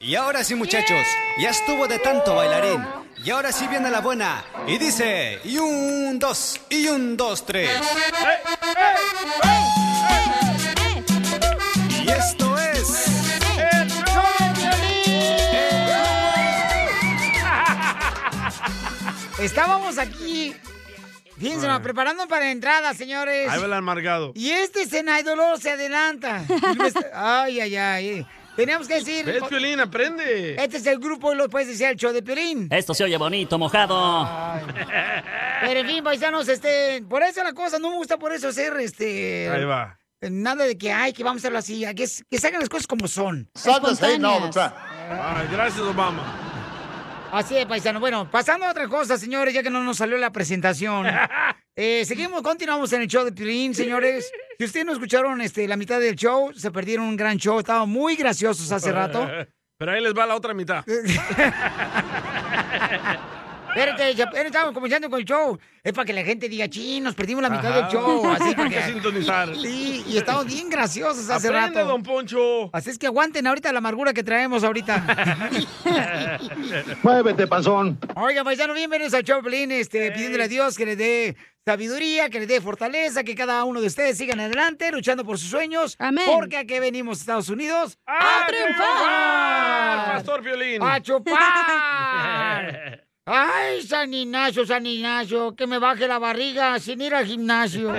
Y ahora sí, muchachos, ya estuvo de tanto bailarín. Y ahora sí viene la buena. Y dice: y un, dos, y un, dos, tres. Y esto es. Estábamos aquí, fíjense, nos preparando para entrada, señores. Ahí va el amargado. Y este escena dolor se adelanta. Y me está- Ay, ay, ay. Tenemos que decir. Ves, Piolín, aprende. Este es el grupo y lo puedes decir el show de Piolín. Esto se oye bonito, mojado. Pero en fin, paisanos, este, por eso la cosa, no me gusta por eso ser este. Ahí va. Nada de que, ay, que vamos a hacerlo así, que, s- que salgan las cosas como son. Ay, gracias, Obama. Así es, paisano. Bueno, pasando a otra cosa, señores, ya que no nos salió la presentación. Eh, seguimos, continuamos en el show de Piolín, señores. Si ustedes no escucharon este, la mitad del show, se perdieron un gran show. Estaban muy graciosos hace rato. Pero ahí les va la otra mitad. Espérate, ya apenas estábamos comenzando con el show. Es para que la gente diga, ching, nos perdimos la mitad Ajá. del show. Así Hay para que sintonizar. Sí, y estamos bien graciosos hace Aprende, rato. don Poncho. Así es que aguanten ahorita la amargura que traemos ahorita. Muévete, panzón. Oiga, paisano, bienvenidos a Choplin, este, pidiéndole a Dios que le dé sabiduría, que le dé fortaleza, que cada uno de ustedes sigan adelante, luchando por sus sueños. Amén. Porque aquí venimos a Estados Unidos a, triunfar! triunfar. Pastor Piolín. ¡A chupar! ¡Ay, San Ignacio, San Ignacio! ¡Que me baje la barriga sin ir al gimnasio!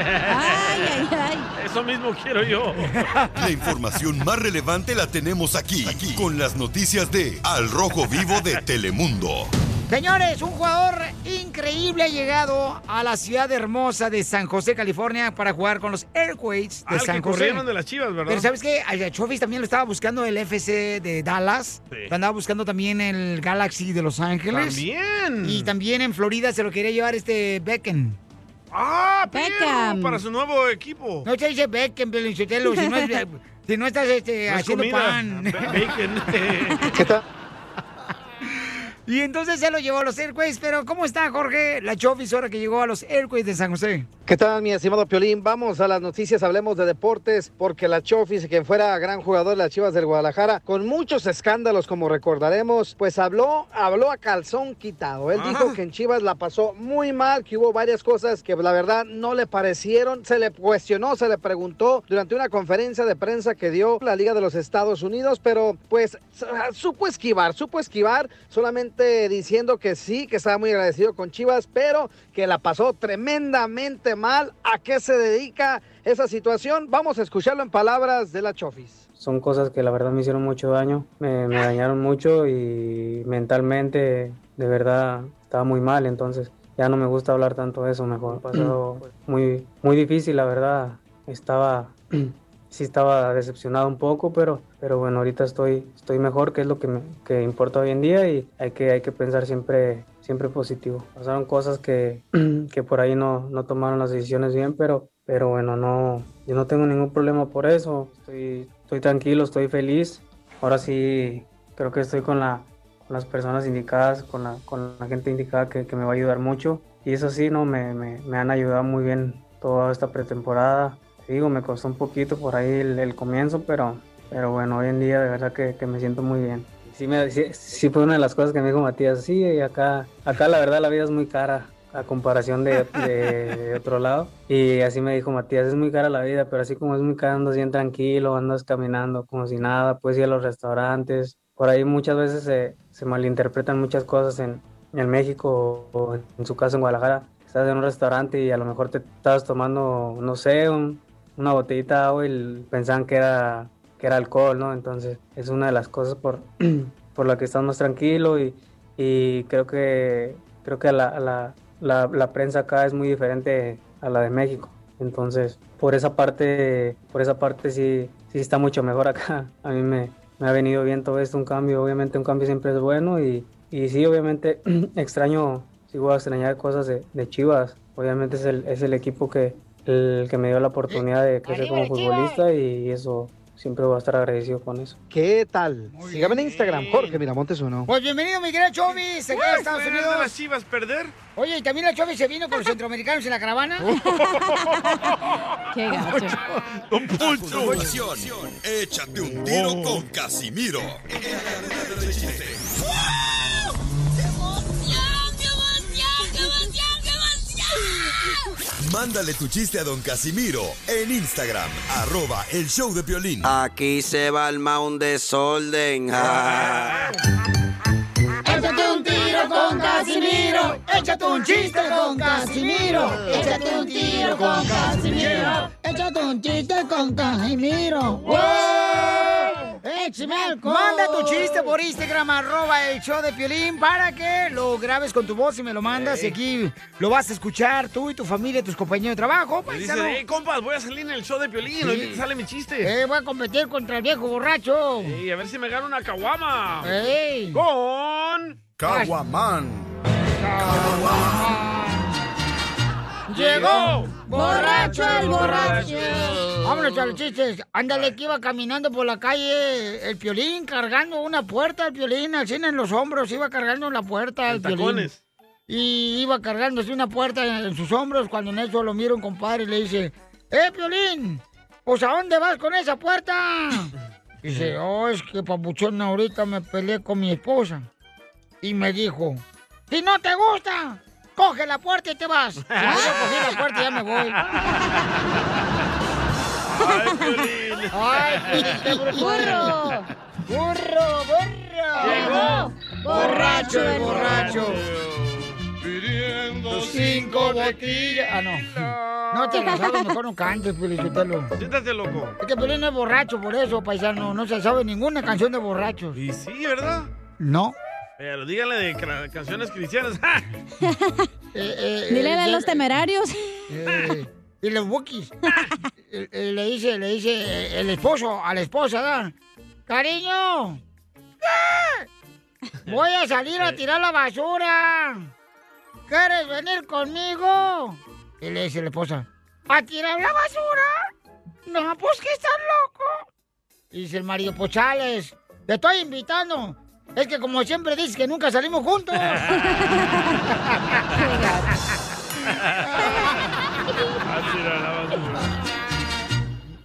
Eso mismo quiero yo. La información más relevante la tenemos aquí, aquí, con las noticias de Al Rojo Vivo de Telemundo. Señores, un jugador increíble ha llegado a la ciudad hermosa de San José, California, para jugar con los Airquakes de Al San Ah, que José. corrieron de las chivas, ¿verdad? Pero ¿sabes qué? A Chofis también lo estaba buscando el FC de Dallas. Sí. Lo andaba buscando también el Galaxy de Los Ángeles. También. Y también en Florida se lo quería llevar este Beckham. ¡Ah, Piero, Beckham. Para su nuevo equipo. No se dice Beckham, Pelinchotelo, si no, es- si no estás este, No es haciendo comida. pan. Ba- Bacon. Y entonces se lo llevó a los Airways. Pero ¿cómo está Jorge la Chofis ahora que llegó a los Airways de San José? ¿Qué tal, mi estimado Piolín? Vamos a las noticias, hablemos de deportes, porque la Chofis, quien fuera gran jugador de las Chivas del Guadalajara, con muchos escándalos, como recordaremos, pues habló, habló a calzón quitado. Él dijo que en Chivas la pasó muy mal, que hubo varias cosas que la verdad no le parecieron. Se le cuestionó, se le preguntó durante una conferencia de prensa que dio la Liga de los Estados Unidos, pero pues supo esquivar, supo esquivar, solamente diciendo que sí, que estaba muy agradecido con Chivas, pero que la pasó tremendamente mal. ¿A qué se dedica esa situación? Vamos a escucharlo en palabras de la Chofis. son cosas que la verdad me hicieron mucho daño, me, me dañaron mucho y mentalmente de verdad estaba muy mal, entonces ya no me gusta hablar tanto de eso, mejor ha pasado muy, muy difícil, la verdad, estaba, sí estaba decepcionado un poco, pero, pero bueno, ahorita estoy, estoy mejor, que es lo que, me- que importa hoy en día y hay que, hay que pensar siempre, siempre positivo. Pasaron cosas que, que por ahí no, no tomaron las decisiones bien, pero, pero bueno, no, yo no tengo ningún problema por eso, estoy, estoy tranquilo, estoy feliz. Ahora sí, creo que estoy con, la, con las personas indicadas, con la, con la gente indicada que, que me va a ayudar mucho. Y eso sí, ¿no? me, me, me han ayudado muy bien toda esta pretemporada. Te digo, me costó un poquito por ahí el, el comienzo, pero, pero bueno, hoy en día de verdad que, que me siento muy bien. Sí, me, sí, sí fue una de las cosas que me dijo Matías, sí, y acá, acá la verdad la vida es muy cara a comparación de, de- de otro lado. Y así me dijo Matías, es muy cara la vida, pero así como es muy cara, andas bien tranquilo, andas caminando como si nada, puedes ir a los restaurantes, por ahí muchas veces se, se malinterpretan muchas cosas en, en México o en, en su caso en Guadalajara. Estás en un restaurante y a lo mejor te estabas tomando, no sé, un- una botellita de agua y l- pensaban que era, que era alcohol, ¿no? Entonces es una de las cosas por, por la que estás más tranquilo y, y creo que, creo que la, la- la- la prensa acá es muy diferente a la de México. Entonces, por esa parte, por esa parte sí, sí está mucho mejor acá. A mí me, me ha venido bien todo esto, un cambio, obviamente un cambio siempre es bueno y, y sí, obviamente extraño, sí voy a extrañar cosas de, de Chivas. Obviamente es el, es el equipo que, el que me dio la oportunidad de crecer como futbolista y eso siempre voy a estar agradecido con eso. ¿Qué tal? Sígame en Instagram, Jorge Miramontes uno. Pues bienvenido, mi querido Chovis, se queda en Estados ¿Perder Unidos. de las chivas perder? Oye, y también el Chovis se vino con los centroamericanos en la caravana. Qué gacho. Don échate un tiro Oh. con Casimiro. Mándale tu chiste a don Casimiro en Instagram, arroba el show de violín. Aquí se va el un desorden. Échate un tiro con Casimiro. Échate un chiste con Casimiro. Échate un tiro con Casimiro. Échate un chiste con Casimiro. ¡Wow! Manda tu chiste por Instagram, arroba el show de Piolín, para que lo grabes con tu voz y me lo mandas. Y aquí lo vas a escuchar tú y tu familia, tus compañeros de trabajo. Me "Eh, paisano. dicen, hey, compas, voy a salir en el show de Piolín, Sí. ahorita sale mi chiste. Eh, voy a competir contra el viejo borracho. Y a ver si me gano una caguama. Eh. Ey. Con... Caguamán. Llegó borracho el borracho. Vámonos a los chistes. Ándale que iba caminando por la calle el piolín cargando una puerta el piolín, al cine en los hombros, iba cargando la puerta el En piolín. tacones. Y iba cargándose una puerta en, en sus hombros cuando en eso lo mira un compadre y le dice, ¡Eh, piolín! ¿Pues a dónde vas con esa puerta? Dice, oh, es que papuchón ahorita me peleé con mi esposa. Y me dijo, si no te gusta, coge la puerta y te vas. Y yo cogí la puerta y ya me voy. ¡Ay, qué Burro. ¡Burro, burro! Llegó borracho el borracho. Pidiendo cinco botillas. Ah, no. No te la sabes, mejor no cantes, Felicitelo. Siéntate, loco. Es que Pelín es borracho, por eso, paisano. No se sabe ninguna canción de borrachos. Y sí, ¿verdad? No. Pero díganle de cra- canciones cristianas. Eh, Dile a los temerarios. y los bookies. Eh, eh, le dice, le dice eh, el esposo a la esposa, ¿verdad? Cariño. ¡Ah!" ¿qué? Voy a salir Eh. a tirar la basura. ¿Quieres venir conmigo? Y le dice la esposa, ¿a tirar la basura? No, pues que estás loco. Y dice el marido, pues chales, te estoy invitando. Es que como siempre dices que nunca salimos juntos.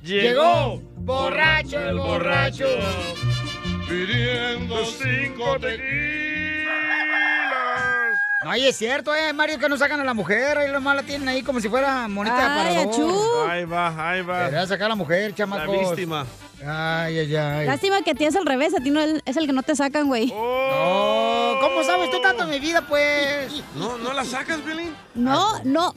Llegó borracho el borracho. Pidiendo cinco tequilas. No, y es cierto, eh, Mario, que no sacan a la mujer, ahí nomás la tienen ahí como si fuera monita Ay, para achú. Ahí va, ahí va. Debería sacar a la mujer, La chamacos. víctima. Ay, ay, ay. Lástima que a ti es al revés, a ti no el- es el que no te sacan, güey. No, Oh. ¿Cómo sabes tú tanto de mi vida, pues? Ah. No, no la sacas, Pelín. No, no.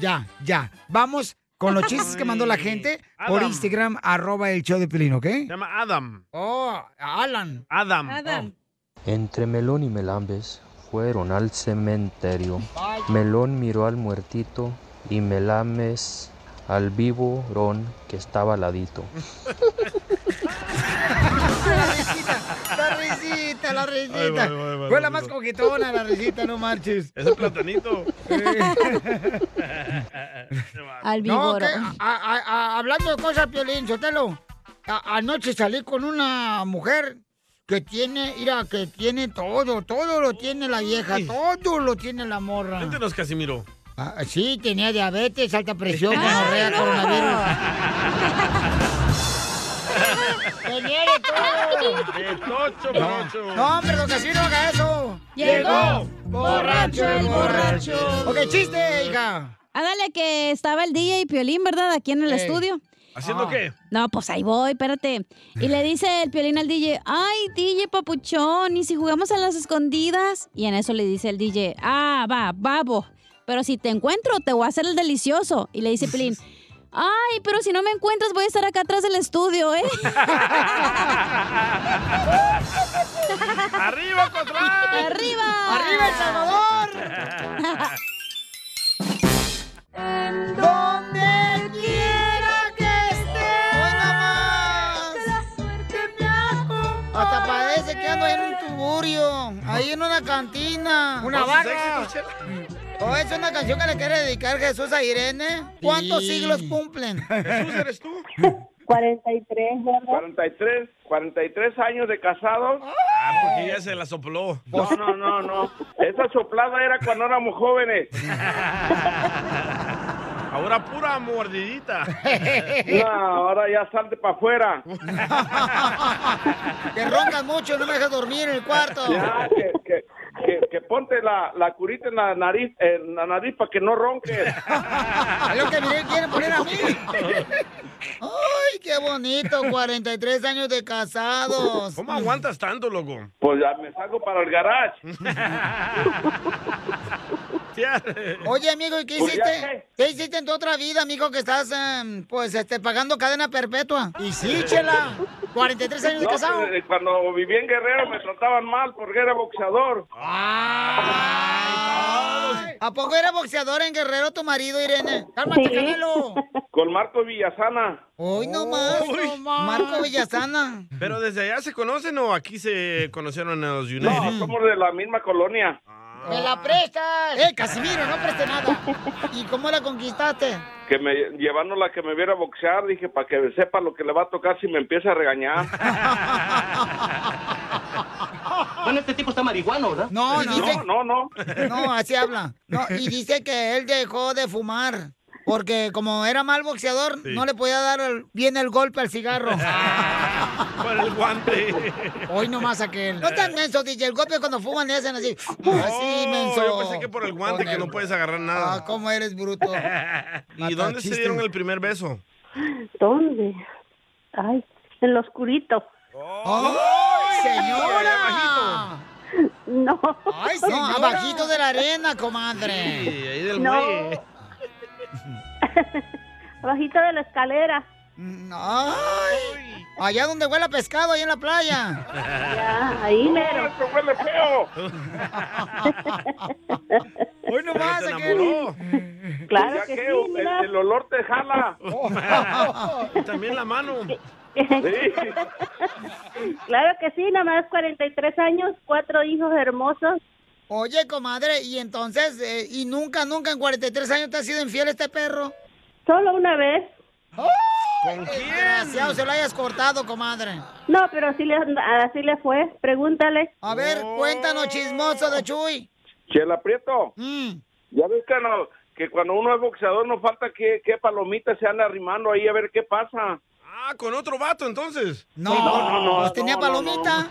Ya, ya. Vamos con los chistes que mandó la gente por Adam. Instagram, arroba el show de Pelín, ¿ok? Se llama Adam. Oh, Alan. Adam. Entre Melón y Melambes fueron al cementerio. Vaya. Melón miró al muertito y Melambes al vivo ron que estaba al ladito. La risita, la risita, la risita. Ahí va, ahí va, ahí va, Fue ahí la va. más coquetona, la risita, no marches. Ese platanito. Al No, que, víboro. a- a- a- hablando de cosas, Piolín, Sotelo, a- anoche salí con una mujer que tiene, mira, que tiene todo, todo lo tiene la vieja, todo lo tiene la morra. Cuéntanos, Casimiro. Ah, sí, tenía diabetes, alta presión, Ay, gonorrea, no. coronavirus. Tenía de todo. De tocho, No. brocho. No, hombre, lo que sí no haga eso. Llegó borracho el Ok, chiste, hija. Ah, Ándale que estaba el DJ Piolín, ¿verdad? Aquí en el Ey. estudio. ¿Haciendo qué? No, pues ahí voy, espérate. Y le dice el piolín al DJ, ay, DJ Papuchón, ¿y si jugamos a las escondidas? Y en eso le dice el DJ, ah, va, babo, pero si te encuentro, te voy a hacer el delicioso. Y le dice el piolín, ay, pero si no me encuentras, voy a estar acá atrás del estudio, ¿eh? ¡Arriba, Cotlán! ¡Arriba! ¡Arriba, El Salvador! Donde quiera que esté. Hasta parece que ando en un tuburio, ahí en una cantina. Una ¿Con sus vaca. ¿O Oh, es una canción que le quiere dedicar Jesús a Irene? ¿Cuántos Sí. siglos cumplen? Jesús, eres tú. 43, 43, 43 años de casados. Ah, porque ella se la sopló. No, no, no, no. Esa soplada era cuando éramos jóvenes. Ahora pura mordidita. Ah. No, ahora ya salte para afuera. Te roncas mucho, no me dejas dormir en el cuarto. Ya, que, que, que, que ponte la, la curita en la nariz, en la nariz para que no ronques. Es Ah, lo que me quiere poner a mí. Ay, qué bonito, 43 años de casados. ¿Cómo aguantas tanto, loco? Pues ya me salgo para el garage. Oye, amigo, ¿y qué Pues ya hiciste? ¿Qué hiciste en tu otra vida, amigo, que estás, em, pues, este, pagando cadena perpetua? Y sí, chela, 43 años de No, casado. pues, eh, cuando viví en Guerrero me trataban mal porque era boxeador. ¿A poco era boxeador en Guerrero tu marido, Irene? Cálmate, Sí. Canelo. Con Marco Villasana. Hoy no más, Uy. Marco Villasana. ¿Pero desde allá se conocen o aquí se conocieron en los United? Ah, No, somos de la misma colonia. ¡Me la prestas! ¡Eh, Casimiro, no preste nada! ¿Y cómo la conquistaste? Que me llevando la que me viera boxear, dije, para que sepa lo que le va a tocar si me empieza a regañar. Bueno, este tipo está marihuano, ¿verdad? No, dice... no, no. No, así habla. No, y dice que él dejó de fumar. Porque como era mal boxeador, Sí. no le podía dar el- bien el golpe al cigarro. Por el guante. Hoy nomás aquel. No tan menso, DJ. El golpe cuando fuman le hacen así. así, Oh, menso. yo pensé que por el guante que no puedes agarrar nada. Ah, cómo eres bruto. ¿Y dónde chiste. se dieron el primer beso? ¿Dónde? Ay, en lo oscurito. ¡Ay, señora! No. ¡Ay, No, abajito de la arena, comadre. Sí, ahí del No. muelle. Abajito de la escalera. Mm, ¡Ay! Allá donde huele a pescado, ahí en la playa. Ya, ahí mero. ¡Eso huele feo! Hoy no más, Claro ya que que sí, el- mira. el, olor te jala. Oh. Y también la mano. Claro que sí, nada más 43 años, cuatro hijos hermosos. Oye, comadre, y entonces, eh, y nunca, nunca en 43 años te ha sido infiel este perro. Solo una vez. ¿Con quién? Desgraciado, se lo hayas cortado, comadre. No, pero así le, así le fue. Pregúntale. A ver, cuéntanos, chismoso de Chuy. Mm. Chela Prieto. Ya ves que, no- que cuando uno es boxeador no falta que, que palomitas se anda arrimando ahí a ver qué pasa. Ah, con otro vato entonces. No, pues no, pues tenía no, no, palomita.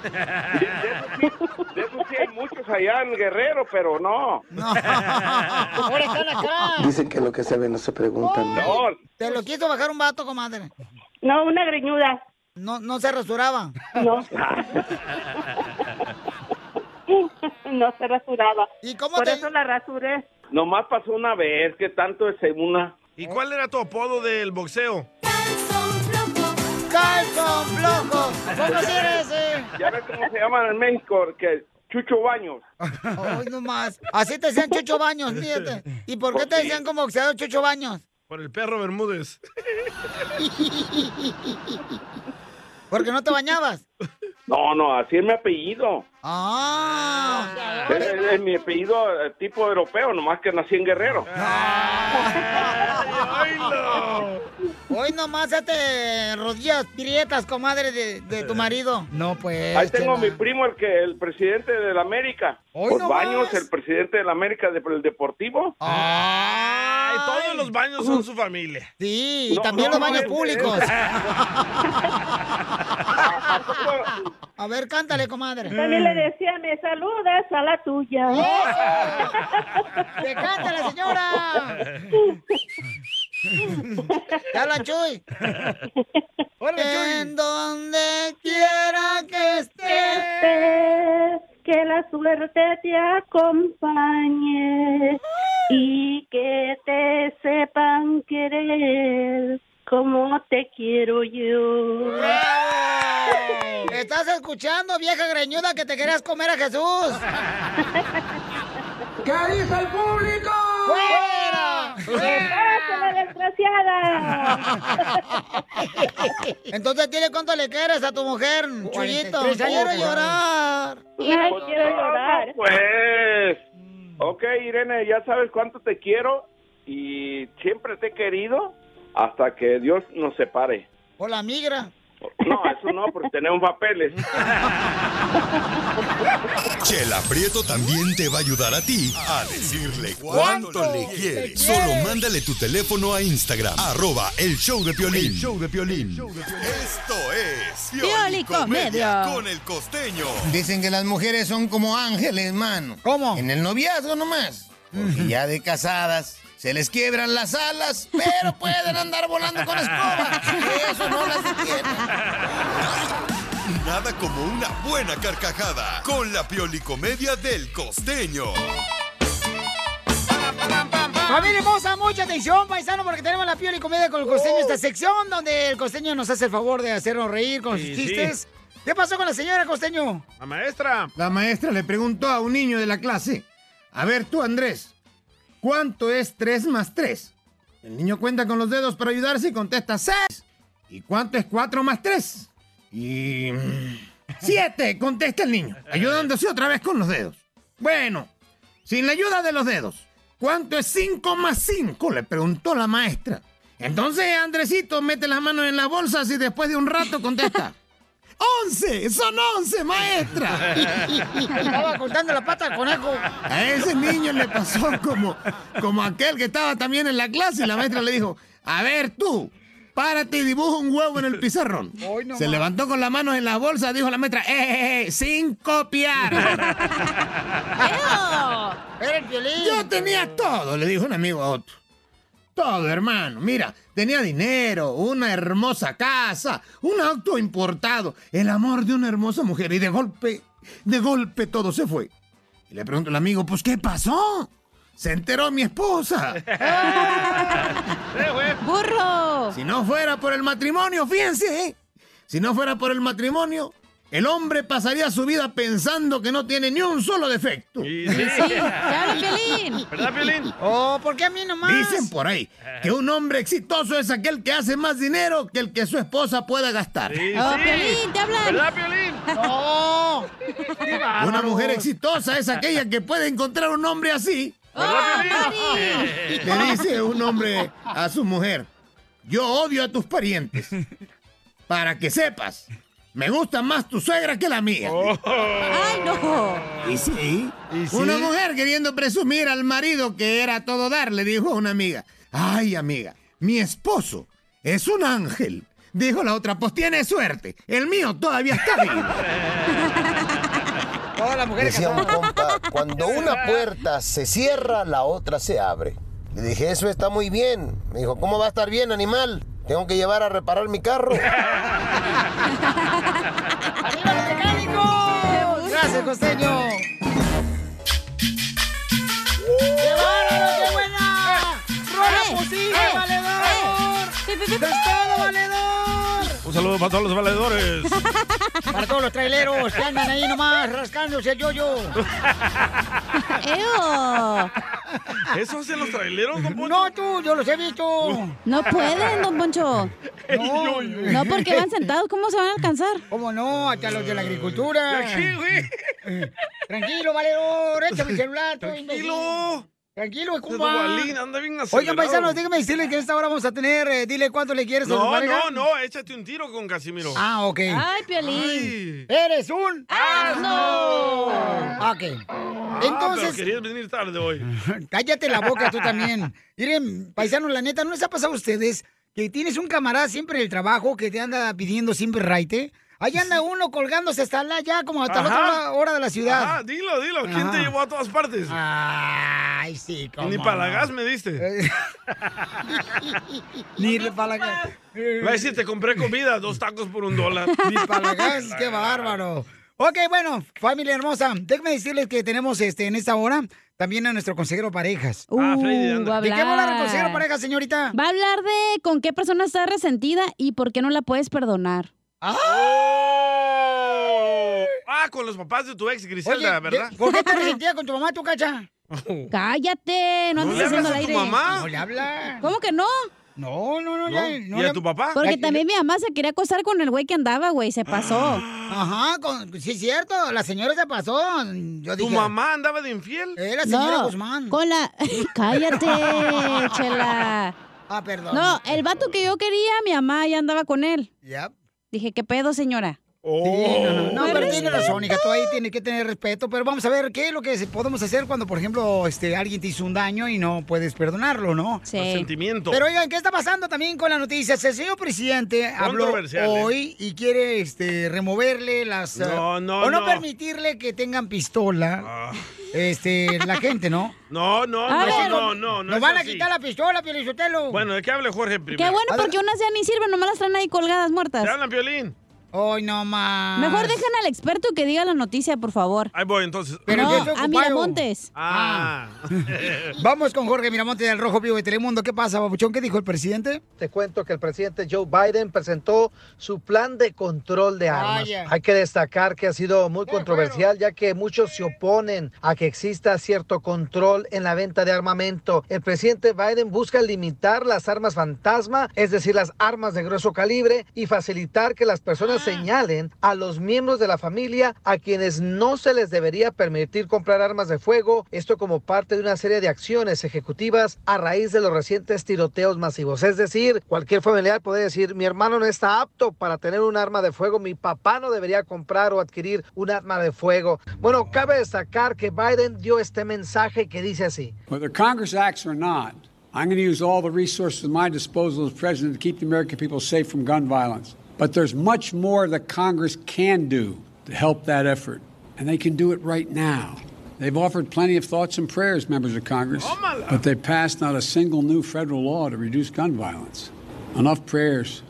De eso sí hay muchos allá en Guerrero, pero no. Ahora están acá. Dicen que lo que se ve no se pregunta. Te lo quiso bajar un vato, comadre. No, una greñuda. No, no se rasuraba. No. no se rasuraba. ¿Y cómo Por eso la rasuré. Nomás pasó una vez, que tanto es una. ¿Y cuál era tu apodo del boxeo? ¡Calzón flojo! ¿Cómo sí eres, eh? Ya ves cómo se llaman en México, que Chucho Baños. Ay, no más. Así te decían Chucho Baños, fíjate. ¿Y por qué te decían como boxeador Chucho Baños? Por el perro Bermúdez. Porque no te bañabas. No, no, así es mi apellido. Ah. Es, es- es mi apellido eh, tipo europeo, nomás que nací en Guerrero. Ah, Hoy nomás te rodillas prietas, comadre de, de tu marido. No, pues. Ahí tengo a chela. mi primo, el que el presidente de la América. Por nomás. Baños, el presidente de la América de- del Deportivo. Ah, Ay, todos los baños son su familia. Sí, y No, también no, los baños no, es- es- públicos. A ver, cántale, comadre. También le decía, me saludas a la tuya. ¿Eh? ¡Eso! ¡Que cante la señora! ¡Ya la Chuy! En donde quiera que estés, que la suerte te acompañe y que te sepan querer como te quiero yo. ¿Estás escuchando, vieja greñuda, que te querías comer a Jesús? ¿Qué dice el público? ¡Fuera! ¡Fuera! la desgraciada! Entonces, dile cuánto le quieres a tu mujer, Chuyito. Quiero llorar. Ay, quiero llorar. Ah, Pues, Mm. ok, Irene, ya sabes cuánto te quiero y siempre te he querido hasta que Dios nos separe. Hola, migra. No, eso no, porque tenemos papeles. Chela Prieto también te va a ayudar a ti a decirle cuánto le quieres. Solo mándale tu teléfono a Instagram, arroba el show de Piolín. show de Piolín. Esto es Piolicomedia con el costeño. Dicen que las mujeres son como ángeles, mano. ¿Cómo? En el noviazgo nomás. Porque ya de casadas se les quiebran las alas, pero pueden andar volando con escoba. Eso no las detiene. Nada como una buena carcajada con la piolicomedia del costeño. Familia hermosa, mucha atención, paisano, porque tenemos la piel y comedia con el costeño, Oh. esta sección donde el costeño nos hace el favor de hacernos reír con Sí, sus sí. chistes. ¿Qué pasó con la señora costeño? La maestra. La maestra le preguntó a un niño de la clase, a ver tú Andrés, ¿cuánto es 3 más 3? El niño cuenta con los dedos para ayudarse y contesta 6. ¿Y cuánto es 4 más 3? Y... 7, contesta el niño, ayudándose otra vez con los dedos. Bueno, sin la ayuda de los dedos, ¿cuánto es 5 más 5? Le preguntó la maestra. Entonces Andresito mete las manos en las bolsas y después de un rato contesta. ¡Once! ¡Son once, maestra! Estaba cortando la pata al conejo. A ese niño le pasó como, como aquel que estaba también en la clase y la maestra le dijo, a ver tú, párate y dibuja un huevo en el pizarrón. Hoy no Se más. levantó con las manos en la bolsa, dijo la maestra, ¡eh, eh, eh, sin copiar! Oh, ¡Era el violín! Yo tenía todo, le dijo un amigo a otro. Todo, hermano. Mira, tenía dinero, una hermosa casa, un auto importado, el amor de una hermosa mujer. Y de golpe, de golpe todo se fue. Y le pregunto al amigo, pues, ¿qué pasó? Se enteró mi esposa. ¡Burro! Si no fuera por el matrimonio, fíjense, ¿eh? Si no fuera por el matrimonio, el hombre pasaría su vida pensando que no tiene ni un solo defecto. Oh, ¿por qué a mí nomás? Dicen por ahí que un hombre exitoso es aquel que hace más dinero que el que su esposa pueda gastar. Oh, Piolín, te hablan. ¡No! Una mujer exitosa es aquella que puede encontrar un hombre así. Oh, Le dice un hombre a su mujer, yo odio a tus parientes. Para que sepas, me gusta más tu suegra que la mía. ¡Ay, no! ¿Y sí? Una mujer queriendo presumir al marido que era todo dar, le dijo a una amiga, ay amiga, mi esposo es un ángel. Dijo la otra, pues tiene suerte, el mío todavía está vivo. Todas las mujeres Decía un compa, cuando una puerta se cierra, la otra se abre. Le dije, eso está muy bien. Me dijo, ¿cómo va a estar bien, animal? Tengo que llevar a reparar mi carro. Gracias, costeño. ¡Qué bárbaro, qué buena! ¡Rola posible, valedor! ¡Testado, valedor! Un saludo para todos los valedores. Para todos los traileros que andan ahí nomás rascándose el yoyo. ¿Eso hacen los traileros, don No, tú, yo los he visto. No pueden, don Poncho. No, No, porque van sentados, ¿cómo se van a alcanzar? ¿Cómo no? Hasta los de la agricultura. Eh, Tranquilo, valedor, échame el celular. Tranquilo. Tranquilo, Don Cuba. Balín, anda bien Oigan, acelerado. paisanos, déjenme decirles que en esta hora vamos a tener, eh, dile cuánto le quieres a tu No, pareja. no, no, échate un tiro con Casimiro. Ah, ok. Piolín! ¡Eres un asno! Ok. Ah, Entonces, Entonces. Ah, Querías venir tarde hoy. cállate la boca tú también. Miren, paisanos, la neta, ¿no les ha pasado a ustedes que tienes un camarada siempre en el trabajo que te anda pidiendo siempre raite? Ahí anda uno colgándose hasta la, ya como hasta la Ajá. otra hora de la ciudad. Ajá, dilo, dilo. ¿Quién te Ajá. llevó a todas partes? Ay, sí, cómo Ni para no. la gas me diste. Ni para la gas. Va a decir, te compré comida, dos tacos por un dólar. Ni para la gas, qué bárbaro. Ok, bueno, familia hermosa, déjenme decirles que tenemos este en esta hora también a nuestro consejero parejas. Ah, Freddy, anda. va a ¿De qué va a hablar el hablar. consejero parejas, señorita? Va a hablar de con qué persona está resentida y por qué no la puedes perdonar. ¡Oh! Ah, con los papás de tu ex, Griselda, Oye, ¿verdad? ¿de- ¿Por qué te resentía con tu mamá, tu cacha? Cállate, no ¿No andes le hablas haciendo a al tu aire. mamá? No le habla. ¿Cómo que no? No, no, no, ya, no ¿Y a le- eh. tu papá? Porque también mi mamá se quería acosar con el güey que andaba, güey, se pasó. Ah. Ajá, con- sí es cierto, la señora se pasó. Yo ¿Tu dije, mamá andaba de infiel? Eh, la señora Guzmán. Con la. Cállate, chela. Ah, perdón. No, el vato que yo quería, mi mamá ya andaba con él. Ya. Dije, ¿qué pedo, señora? Oh. Sí, no, no, no, Me pero tiene respeto. razón, hija, tú ahí tienes que tener respeto, pero vamos a ver qué es lo que se- podemos hacer cuando, por ejemplo, este, alguien te hizo un daño y no puedes perdonarlo, ¿no? Sentimiento. Pero oigan, ¿qué está pasando también con las noticias? El señor presidente habló Controversial, ¿eh? hoy y quiere este, removerle las... eh, No, no, o no, no. Ah. permitirle que tengan pistola este, la gente, ¿no? No, no, A no, ver, no, no, no. Nos es van así. a quitar la pistola, Pielizotelo. Bueno, ¿de qué hable Jorge primero? Qué bueno, porque unas ya ni sirven, nomás las traen ahí colgadas muertas. ¿Te hablan, Piolín? Ay, no más. Mejor dejen al experto que diga la noticia, por favor. Ahí voy, entonces. no, a Miramontes. Ah. Vamos con Jorge Miramonte del Rojo Vivo de Telemundo. ¿Qué pasa, Babuchón? ¿Qué dijo el presidente? Te cuento que el presidente Joe Biden presentó su plan de control de armas. Vaya. Hay que destacar que ha sido muy controversial ya que muchos se oponen a que exista cierto control en la venta de armamento. El presidente Biden busca limitar las armas fantasma, es decir, las armas de grueso calibre, y facilitar que las personas Ah. señalen a los miembros de la familia a quienes no se les debería permitir comprar armas de fuego, esto como parte de una serie de acciones ejecutivas a raíz de los recientes tiroteos masivos. Es decir, cualquier familiar puede decir, mi hermano no está apto para tener un arma de fuego, mi papá no debería comprar o adquirir un arma de fuego. Bueno, cabe destacar que Biden dio este mensaje que dice así. Whether Congress acts or not, I'm going to use all the resources at my disposal as president to keep the American people safe from gun violence. But there's much more that Congress can do to help that effort, and they can do it right now. They've offered plenty of thoughts and prayers, members of Congress, but they passed not a single new federal law to reduce gun violence. Enough prayers.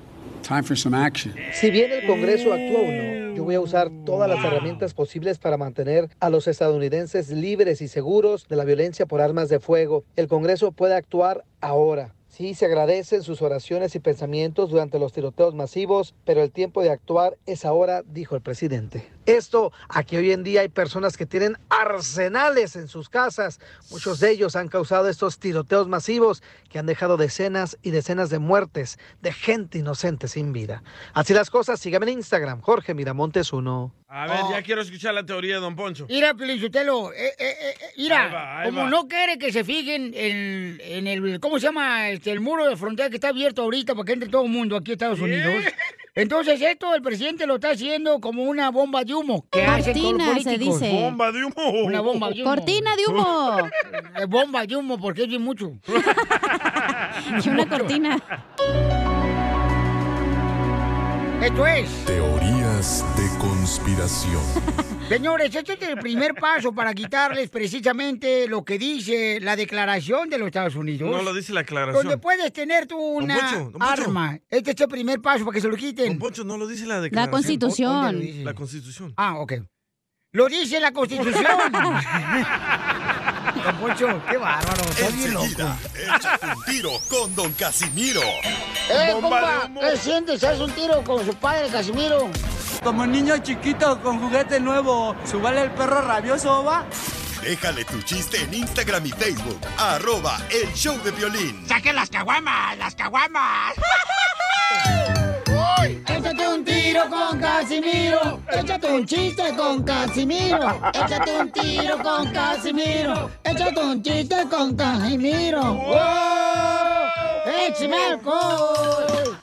Time for some action. Si bien el Congreso actúa o no, yo voy a usar todas las herramientas posibles para mantener a los estadounidenses libres y seguros de la violencia por armas de fuego. El Congreso puede actuar ahora. Sí, se agradecen sus oraciones y pensamientos durante los tiroteos masivos, pero el tiempo de actuar es ahora, dijo el presidente. Esto a que hoy en día hay personas que tienen arsenales en sus casas. Muchos de ellos han causado estos tiroteos masivos que han dejado decenas y decenas de muertes de gente inocente sin vida. Así las cosas, síganme en Instagram, Jorge Miramontes 1. A ver, Oh. ya quiero escuchar la teoría de Don Poncho. Mira, Pielichotelo, eh, eh, eh, eh, mira, Ahí va, ahí como va. no quiere que se fijen en, en el, ¿cómo se llama? Este, el muro de frontera que está abierto ahorita para que entre todo el mundo aquí a ¿Eh? Estados Unidos. Entonces esto el presidente lo está haciendo como una bomba de humo. Que hacen todos los Cortina, se políticos. dice. Bomba de humo. Una bomba de humo. Cortina de humo. Eh, bomba de humo porque es bien mucho. Y una cortina. Esto es. Teorías de conspiración. Señores, este es el primer paso para quitarles precisamente lo que dice la declaración de los Estados Unidos. No lo dice la Donde aclaración. puedes tener tú una Poncho, don Poncho. arma. Este es el primer paso para que se lo quiten. Poncho, no lo dice la declaración. ¿Dó- dónde lo dice? La constitución. Ah, ok. Lo dice la Constitución. Don Poncho, qué bárbaro. Está bien loco. Enseguida, échate un tiro con Don Casimiro. ¡Eh, Bomba de compa! humo. ¿Qué sientes? ¿Haz un tiro con su padre, Casimiro? Como niño chiquito con juguete nuevo, ¿subale el perro rabioso va? Déjale tu chiste en Instagram y Facebook. Arroba el show de violín. ¡Saquen las caguamas! ¡Las caguamas! Échate un tiro con Casimiro. Échate un chiste con Casimiro. Échate un tiro con Casimiro. Échate un chiste con Casimiro. ¡Eh, ¡Wow! ¡Échame alcohol!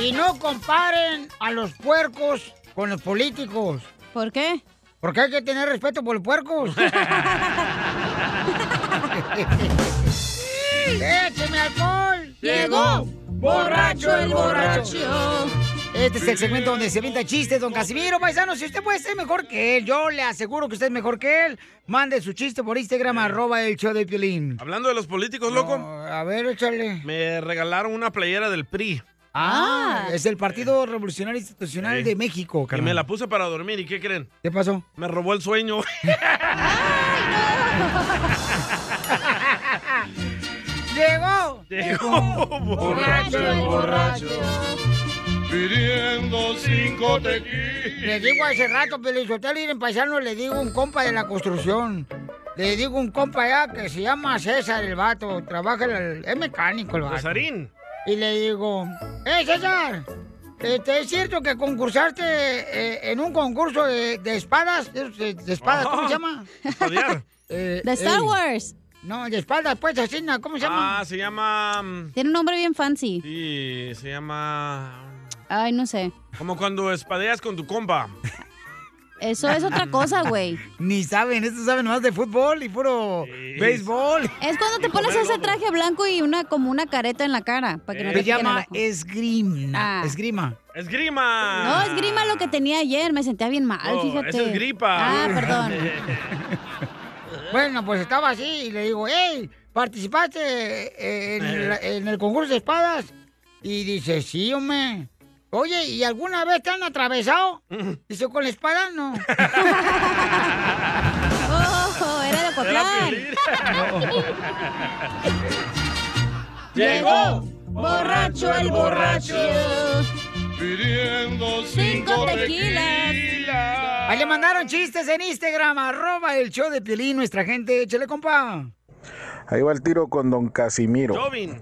Y no comparen a los puercos con los políticos. ¿Por qué? Porque hay que tener respeto por los puercos. ¡Écheme alcohol! Llegó borracho el borracho. Este es el segmento donde se avienta chistes, don Casimiro. Paisano, si usted puede ser mejor que él, yo le aseguro que usted es mejor que él. Mande su chiste por Instagram, arroba el show de Piolín. Hablando de los políticos, loco. a ver, échale. Me regalaron una playera del PRI. Ah, es el Partido Revolucionario Institucional Sí. de México, Y me carnal. la puse para dormir, ¿y qué creen? ¿Qué pasó? Me robó el sueño. Llegó. Llegó borracho el borracho. Pidiendo cinco Le digo hace rato, Pelizotelo, ir en paisano, le digo a un compa de la construcción. Le digo a un compa allá que se llama César el vato, trabaja en el, es mecánico el vato. Cesarín. Y le digo, eh César, este, ¿es cierto que concursaste eh, en un concurso de, de espadas? De, de- de espadas, ¿cómo se llama? Eh, De Star eh, Wars. No, de espaldas, pues, así, ¿no? ¿cómo se llama? Ah, se llama... mm, Tiene un nombre bien fancy. Sí, se llama... Ay, no sé. Como cuando espadeas con tu compa. Eso es otra cosa, güey. Ni saben, estos saben más de fútbol y puro béisbol. Es cuando te pones ese traje blanco y una como una careta en la cara para Eh. que no te Se llama esgrima. Ah. Esgrima. ¡Esgrima! No, esgrima lo que tenía ayer, me sentía bien mal, No, fíjate. esa Oh, es gripa. Ah, perdón. Bueno, pues estaba así y le digo, hey, ¿participaste eh, en, la- en el concurso de espadas? Y dice, sí, hombre. Oye, ¿y alguna vez te han atravesado? Dice, con la espada no. ¡Oh, era de Cotlán! Llegó borracho el borracho. Pidiendo cinco tequilas. Ahí le mandaron chistes en Instagram, arroba el show de Piolín, nuestra gente, échale compa. Ahí va el tiro con don Casimiro. Jovin.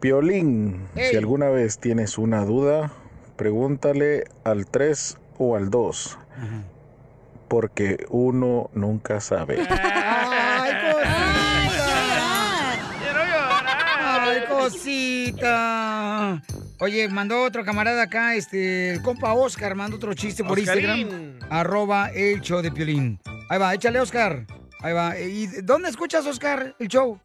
Piolín, Ey. si alguna vez tienes una duda, pregúntale al 3 o al 2. Porque uno nunca sabe. Ay, cosita. Oye, mandó otro camarada acá, este, el compa Oscar, mandó otro chiste por Oscarín. Instagram. Arroba el show de Piolín. Ahí va, échale, Oscar. Ahí va. Eh, ¿Y dónde escuchas, Oscar, el show?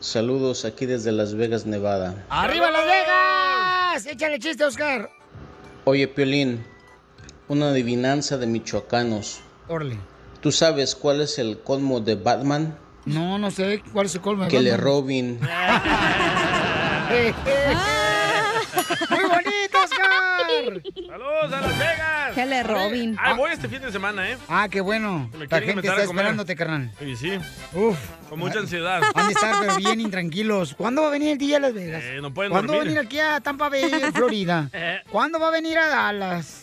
Saludos aquí desde Las Vegas, Nevada. ¡Arriba Las Vegas! Échale chiste, Oscar. Oye, Piolín, una adivinanza de michoacanos. Orle. ¿Tú sabes cuál es el colmo de Batman? No, no sé cuál es el colmo. de Que le Batman? robin. Eh, eh. ¡Muy bonito, Oscar! ¡Saludos a Las Vegas! Que le robin. Ay, voy este fin de semana, ¿eh? Ah, qué bueno. Me La quieren gente invitar está a comer. esperándote, carnal. Y sí. Uf. Con mucha ansiedad. Han de estar pero bien intranquilos. ¿Cuándo va a venir el día de Las Vegas? Eh, no pueden ¿Cuándo va a dormir. venir aquí a Tampa Bay, Florida? Eh. ¿Cuándo va a venir a Dallas?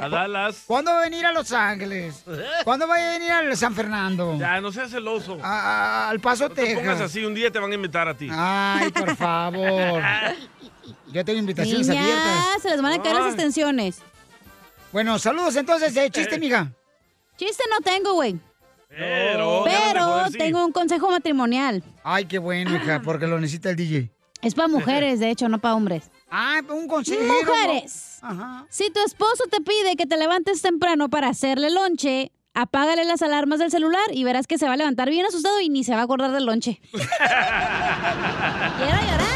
A Dallas. Eh. ¿Cuándo va a venir a Los Ángeles? ¿Cuándo va a venir a San Fernando? Ya, no seas celoso. A- a- al Paso, No te pongas Texas. así, un día te van a invitar a ti. Ay, por favor. Ya tengo invitaciones Niña, abiertas. se les van a caer las extensiones. Bueno, saludos entonces. eh, chiste, mija. Chiste no tengo, güey. Pero, Oh, Pero tengo un consejo matrimonial. Ay, qué bueno, hija, porque lo necesita el DJ. Es para mujeres, de hecho, no para hombres. Ah, un consejo. Mujeres. Si tu esposo te pide que te levantes temprano para hacerle lonche, apágale las alarmas del celular y verás que se va a levantar bien asustado y ni se va a acordar del lonche. Quiero llorar.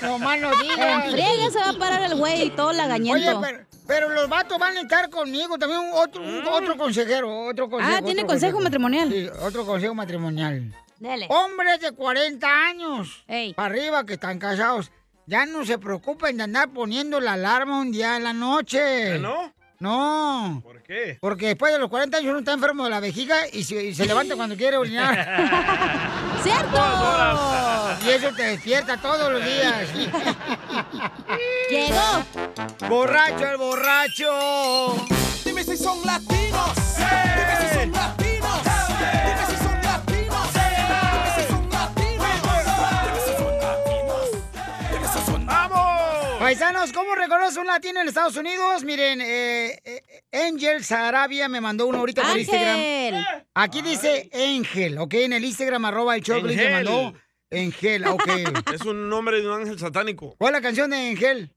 No más no digas. En friega se va a parar el güey y todo lagañento. Oye, pero, pero los vatos van a estar conmigo. También un otro, un otro consejero. Otro consejo, Ah, tiene otro consejo matrimonial. Sí, otro consejo matrimonial. Dale. Hombres de 40 años. Para arriba que están casados. Ya no se preocupen de andar poniendo la alarma un día en la noche. ¿Ah, no? No. ¿Por qué? Porque después de los 40 años uno está enfermo de la vejiga y se, y se levanta cuando quiere orinar. ¡Cierto! Y eso te despierta todos los días. ¡Llegó! ¡Borracho el borracho! Dime si son latinos. Dime si son latinos. Dime si son latinos. Dime si son latinos. Dime si son ¡Vamos! Paisanos, ¿cómo reconoce un latino en Estados Unidos? Miren, eh, eh, Angel Sarabia me mandó uno ahorita por Ángel. Instagram. Aquí dice Ángel, ¿ok? En el Instagram, arroba el Choplin, me Ángel. mandó Ángel, ok. Es un nombre de un ángel satánico. ¿Cuál es la canción de Ángel?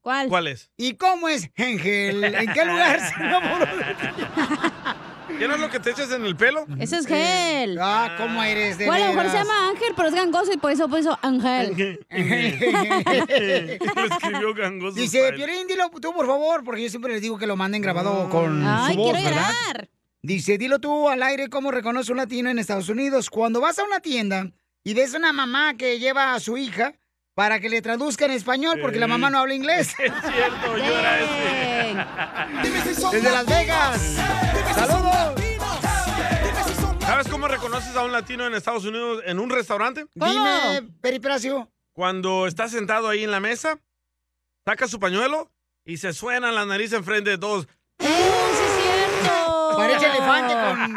¿Cuál? ¿Cuál es? ¿Y cómo es Ángel? ¿En qué lugar se enamoró de ti? ¿Qué no es lo que te echas en el pelo? Ese es gel. Ah, ¿cómo eres? Bueno, a lo mejor se llama Ángel, pero es gangoso y por eso puso Ángel. lo escribió gangoso. Dice, Piolín, dilo tú, por favor, porque yo siempre les digo que lo manden Ah. grabado con Ay, su voz, quiero ¿verdad? llorar. Dice, dilo tú al aire cómo reconoce un latino en Estados Unidos. Cuando vas a una tienda y ves una mamá que lleva a su hija para que le traduzca en español porque la mamá no habla inglés. Cierto, llora ese. Desde Las Vegas. ¡Saludos! ¿Sabes cómo reconoces a un latino en Estados Unidos en un restaurante? Dime, Peripracio. Cuando está sentado ahí en la mesa, saca su pañuelo y se suena la nariz enfrente de todos. Oh. Parece elefante con,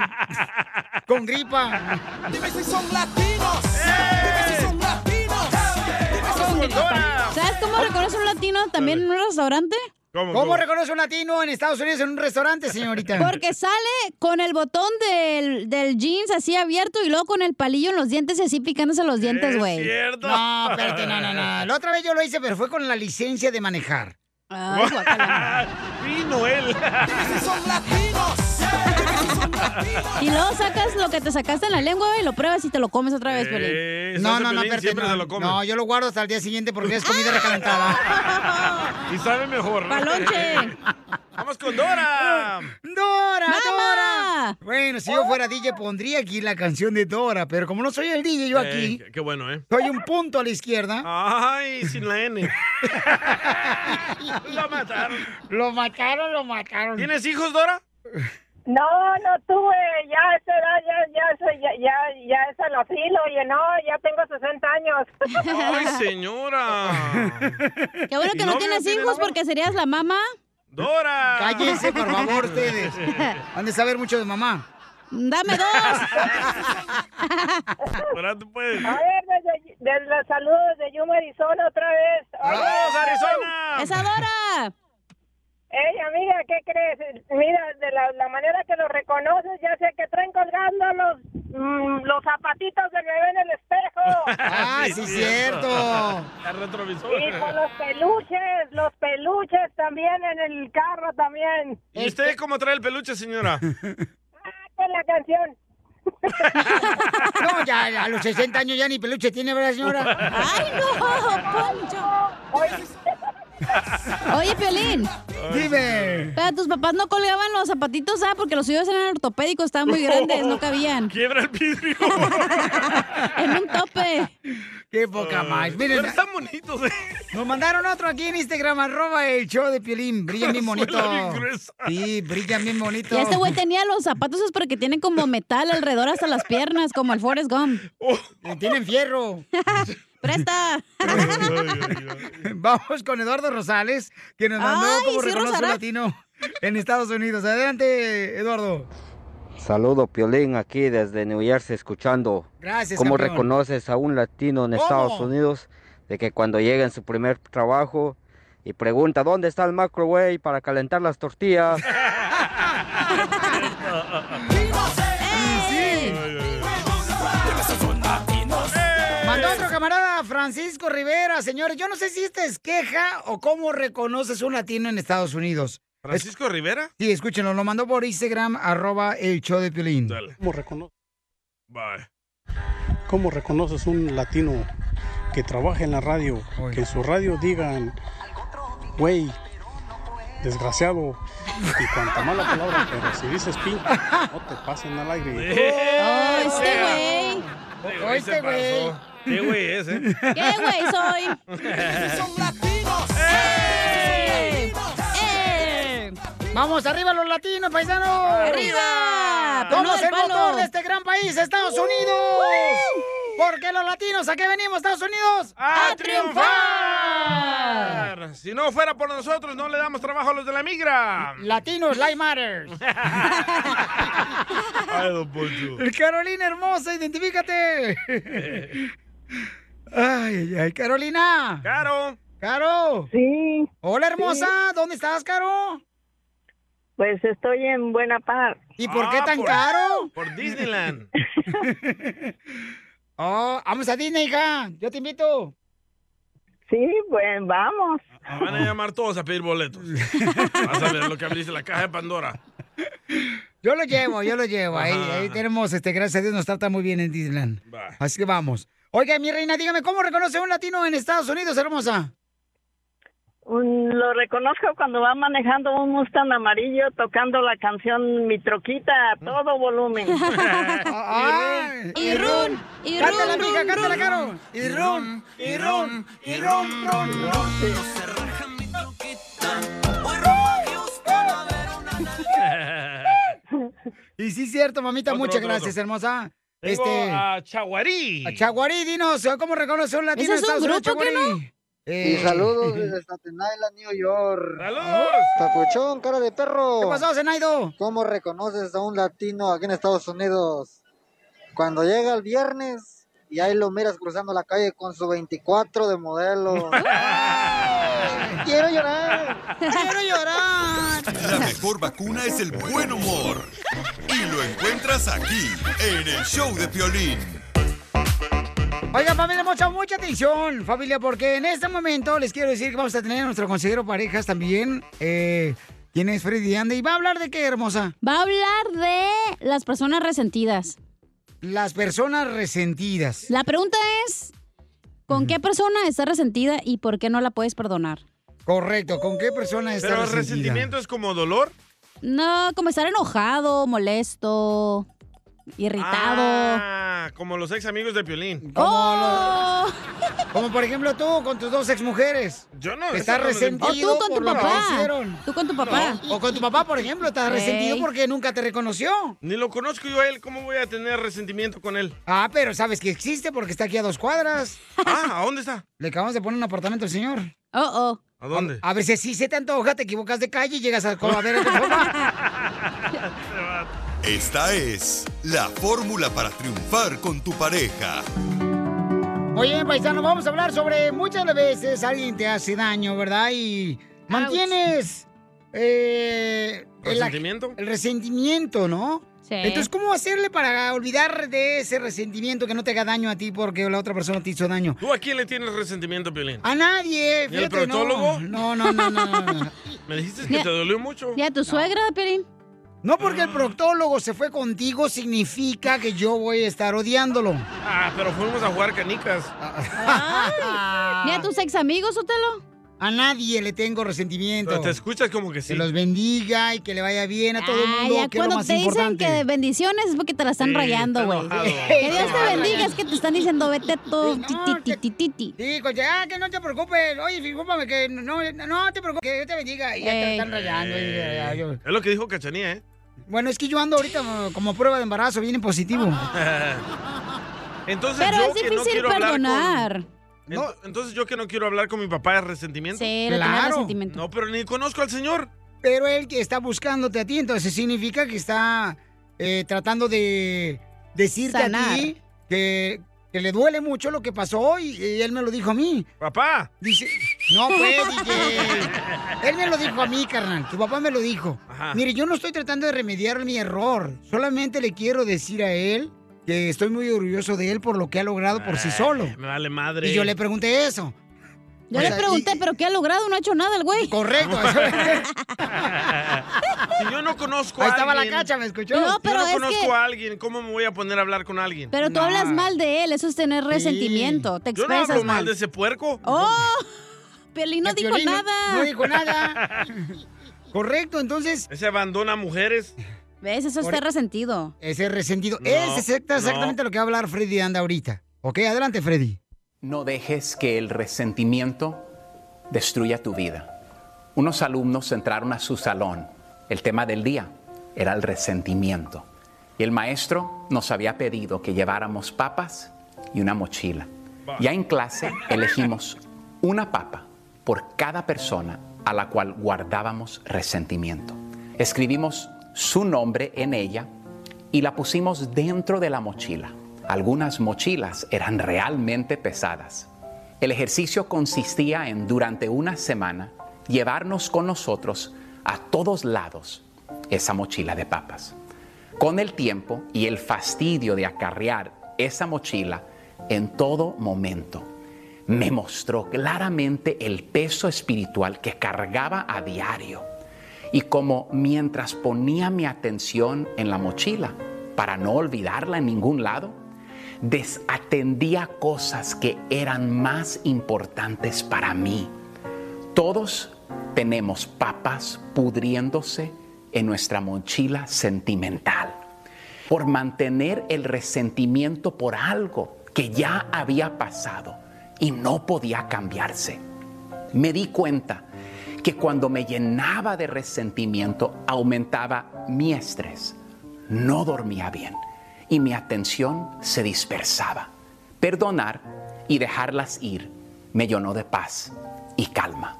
con gripa. Dime si son latinos. Dime si son latinos. ¿Sabes cómo reconoce un latino también en un restaurante? ¿Cómo, reconoce un latino en Estados Unidos en un restaurante, señorita? Porque sale con el botón del, del jeans así abierto y luego con el palillo en los dientes y así picándose los dientes, güey. No, espérate, no, no, no. La otra vez yo lo hice, pero fue con la licencia de manejar. Ay, Vino él. Dime si son latinos. Y luego sacas lo que te sacaste en la lengua güey, y lo pruebas y te lo comes otra vez, Pelín. No, no, no, espérate, no, no, yo lo guardo hasta el día siguiente porque es comida recalentada. Y sabe mejor. Palonche. Vamos con Dora. Dora, Dora. Bueno, si yo fuera DJ pondría aquí la canción de Dora, pero como no soy el DJ yo Eh, aquí, qué- qué bueno, ¿eh? soy un punto a la izquierda. Ay, sin la N. Lo mataron. Lo mataron, lo mataron. ¿Tienes hijos, Dora? No, no tuve, ya a esa edad, ya, ya, soy- ya, ya, ya es a la filo, oye, no, ya tengo 60 años. Ay, señora. Qué bueno que no, tienes hijos porque serías la mamá. Dora. Cállense, por favor, ustedes. Han de saber mucho de mamá. Dame dos. Dora, tú puedes. A ver, desde, desde los saludos de Yuma, Arizona, otra vez. Oye, ¡Saludos, Arizona! ¡Esa Dora! Ey, amiga, ¿qué crees? Mira, de la, la manera que lo reconoces, ya sé que traen colgando los, mm, los zapatitos del bebé en el espejo. Ah, sí, es cierto. La retrovisor. Y con los peluches, los peluches también en el carro también. ¿Y usted cómo trae el peluche, señora? Con la canción. No, ya a los 60 años ya ni peluche tiene, ¿verdad, señora? ¡Ay, no! ¡Poncho! Oye, Piolín. Dime. Pero tus papás no colgaban los zapatitos, ¿ah? Porque los suyos eran ortopédicos, estaban muy grandes, no cabían. Quiebra el vidrio. en un tope. Qué poca más. Miren, Pero están bonitos, ¿eh? Nos mandaron otro aquí en Instagram, arroba el show de Piolín. Brillan bien bonito. Suena bien gruesa. Sí, brillan bien bonito. Y este güey tenía los zapatos es porque tienen como metal alrededor hasta las piernas, como el Forrest Gump. Oh. Tienen fierro. Presta. Vamos con Eduardo Rosales, que nos mandó Ay, como sí, reconoce un Rosará. latino en Estados Unidos. Adelante, Eduardo. Saludo Piolín aquí desde New Jersey escuchando. Gracias, ¿Cómo campeón. reconoces a un latino en ¿Cómo? Estados Unidos de que cuando llega en su primer trabajo y pregunta dónde está el microwave para calentar las tortillas? Mandó otro camarada, Francisco Rivera. Señores, yo no sé si esta es queja o cómo reconoces un latino en Estados Unidos. ¿Francisco Rivera? Sí, escúchenlo, lo mandó por Instagram, arroba el show de Piolín. ¿Cómo reconoces? ¿Cómo reconoces un latino que trabaja en la radio? Que en su radio digan, güey, desgraciado y cuanta mala palabra, pero si dices pin, no te pasen al aire. Oh, este güey. Oh, este güey. ¿Qué güey es, eh? ¿Qué güey soy? ¡Eh! ¡Eh! Vamos, arriba los latinos, paisanos. ¡Arriba! Somos ¡Palo al el palo! motor de este gran país, Estados Unidos. Porque los latinos, ¿a qué venimos, Estados Unidos? ¡A triunfar! Si no fuera por nosotros, no le damos trabajo a los de la migra. Latinos, life matters. Ay, don Poncho. Carolina hermosa, identifícate. Ay, ay, ay, Carolina. Caro. Caro. Sí. Hola, hermosa. ¿Dónde estás, Caro? Pues estoy en Buena Par. ¿Y por qué Ah, tan pues. por- caro? Por Disneyland. Oh, vamos a Disney, hija. Yo te invito. Sí, pues vamos. Van a llamar todos a pedir boletos. Vas a ver lo que abriste la caja de Pandora. Yo lo llevo, yo lo llevo. Ahí, Ajá. ahí tenemos, este, gracias a Dios, nos trata muy bien en Disneyland. Así que vamos. Oiga, mi reina, dígame, ¿cómo reconoce a un latino en Estados Unidos, hermosa? Un- lo reconozco cuando va manejando un Mustang amarillo tocando la canción Mi Troquita a Mm. todo volumen. Ah, Y run, y run, Cántala, run, mija, cántala, run, Caro. run. Y run, y run, y run, run, run. No se raja mi troquita. Voy rumbo a Houston a ver una nalguita. Y sí, cierto, mamita, Otro, muchas otro, gracias, otro. hermosa. Este, Tengo a Chaguarí. a Chaguarí, dinos, ¿cómo reconoce a un Ese latino es en Estados un Unidos, grupo, ¿qué Chaguarí? eh, Y saludos desde Staten Island, New York. ¡Saludos! Papuchón, cara de perro. ¿Qué pasó, Zenaido? ¿Cómo reconoces a un latino aquí en Estados Unidos? Cuando llega el viernes y ahí lo miras cruzando la calle con su 24 de modelo. ¡Quiero llorar! ¡Quiero llorar! La mejor vacuna es el buen humor. Y lo encuentras aquí, en el show de Piolín. Oiga, familia, mucha, mucha atención, familia, porque en este momento les quiero decir que vamos a tener a nuestro consejero parejas también, eh, quien es Freddy Ande, y va a hablar de qué, hermosa. Va a hablar de las personas resentidas. Las personas resentidas. La pregunta es, ¿con qué persona está resentida y por qué no la puedes perdonar? Correcto, ¿con qué persona está Pero resentida? resentimiento es como dolor. No, como estar enojado, molesto, irritado. Ah, como los ex amigos de Piolín. Como Oh. Como por ejemplo tú con tus dos exmujeres. Yo no. Estás eso no lo- resentido O tú con por tu lo que papá. hicieron. Tú con tu papá. No, O con tu papá, por ejemplo, estás Ey. resentido porque nunca te reconoció. Ni lo conozco yo a él, ¿cómo voy a tener resentimiento con él? Ah, pero sabes que existe porque está aquí a dos cuadras. Ah, ¿a dónde está? Le acabamos de poner un apartamento al señor. Oh, oh. ¿A dónde? A ver si así se te antoja, te equivocas de calle y llegas a coladera con papá. Esta es la fórmula para triunfar con tu pareja. Oye, paisano, vamos a hablar sobre muchas de las veces alguien te hace daño, ¿verdad? Y mantienes eh, el- ¿Resentimiento? El, resentimiento, ¿no? Sí. Entonces, ¿cómo hacerle para olvidar de ese resentimiento que no te haga daño a ti porque la otra persona te hizo daño? ¿Tú a quién le tienes resentimiento, Piolín? A nadie, ¿Ni al fíjate, no. proctólogo? No, no, no, no. no, no. Me dijiste que te dolió mucho. Ah. ¿Y a tu suegra, Pelín? No, porque el proctólogo se fue contigo significa que yo voy a estar odiándolo. Ah, pero fuimos a jugar canicas. Ah. ¿Ni a tus ex amigos, Otelo? A nadie le tengo resentimiento. Pero te escuchas como que sí. Que los bendiga y que le vaya bien a todo el Ah, mundo, ya que es lo cuando más te dicen importante. que bendiciones es porque te la están Sí, rayando, está güey. enojado. Que Dios te Sí. bendiga, es que te están diciendo vete tú, tititititi. Sí, con ah, que no te preocupes. Oye, discúlpame, que no, no te preocupes, que Dios te bendiga. Y ya te Ey. están rayando. y ya, ya, yo- Es lo que dijo Cachanía, ¿eh? Bueno, es que yo ando ahorita uh, como prueba de embarazo, viene positivo. Entonces Pero yo es que no difícil quiero hablar con- perdonar. Ento- Entonces yo que no quiero hablar con mi papá es resentimiento. Sí, le tengo Claro. resentimiento. No, pero ni conozco al señor. Pero él que está buscándote a ti, entonces significa que está eh, tratando de decirte a Sanar. ti que, que le duele mucho lo que pasó y, y él me lo dijo a mí. Papá. Dice, no pues, DJ. Él me lo dijo a mí, carnal. Tu papá me lo dijo. Ajá. Mire, yo no estoy tratando de remediar mi error. Solamente le quiero decir a él que estoy muy orgulloso de él por lo que ha logrado por sí solo. Me vale madre. Y yo le pregunté eso. Yo O le sea, pregunté, ¿pero qué ha logrado? No ha hecho nada el güey. Correcto. si yo no conozco Ahí a estaba la alguien, cacha, ¿me escuchó? No, si pero yo no es conozco que- a alguien, ¿cómo me voy a poner a hablar con alguien? Pero tú hablas mal de él, eso es tener resentimiento. Te Yo no hablo expresas mal mal. de ese puerco. ¡Oh! Pelín no Que dijo Piolín no- nada. no dijo nada. Correcto, entonces. Ese abandona mujeres. ¿Ves? Eso Por- está resentido. Ese resentido. No, Ese es exacta- no. exactamente lo que va a hablar Freddy Anda ahorita. Ok, adelante, Freddy. No dejes que el resentimiento destruya tu vida. Unos alumnos entraron a su salón. El tema del día era el resentimiento. Y el maestro nos había pedido que lleváramos papas y una mochila. Ya en clase elegimos una papa por cada persona a la cual guardábamos resentimiento. Escribimos su nombre en ella y la pusimos dentro de la mochila. Algunas mochilas eran realmente pesadas. El ejercicio consistía en, durante una semana, llevarnos con nosotros a todos lados esa mochila de papas. Con el tiempo y el fastidio de acarrear esa mochila en todo momento, me mostró claramente el peso espiritual que cargaba a diario y como mientras ponía mi atención en la mochila para no olvidarla en ningún lado, desatendía cosas que eran más importantes para mí. Todos tenemos papas pudriéndose en nuestra mochila sentimental por mantener el resentimiento por algo que ya había pasado y no podía cambiarse. Me di cuenta que cuando me llenaba de resentimiento aumentaba mi estrés, no dormía bien y mi atención se dispersaba. Perdonar y dejarlas ir me llenó de paz y calma.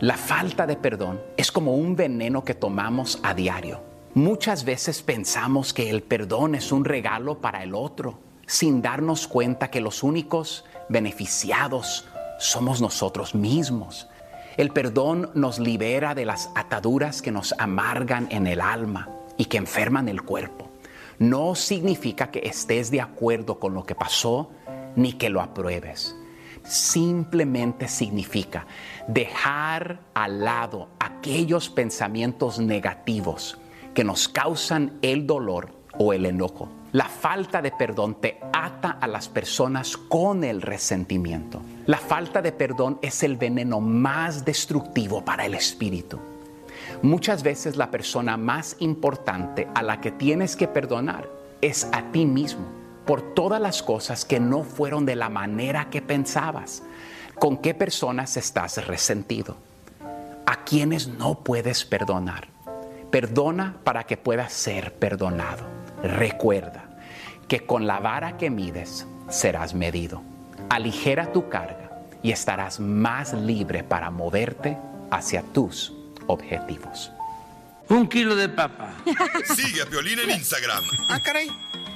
La falta de perdón es como un veneno que tomamos a diario. Muchas veces pensamos que el perdón es un regalo para el otro, sin darnos cuenta que los únicos beneficiados somos nosotros mismos. El perdón nos libera de las ataduras que nos amargan en el alma y que enferman el cuerpo. No significa que estés de acuerdo con lo que pasó ni que lo apruebes. Simplemente significa dejar al lado aquellos pensamientos negativos que nos causan el dolor o el enojo. La falta de perdón te ata a las personas con el resentimiento. La falta de perdón es el veneno más destructivo para el espíritu. Muchas veces la persona más importante a la que tienes que perdonar es a ti mismo por todas las cosas que no fueron de la manera que pensabas. ¿Con qué personas estás resentido? ¿A quienes no puedes perdonar? Perdona para que puedas ser perdonado. Recuerda que con la vara que mides serás medido. Aligera tu carga y estarás más libre para moverte hacia tus objetivos. Un kilo de papa. Sigue a Piolín en Instagram. Ah, caray.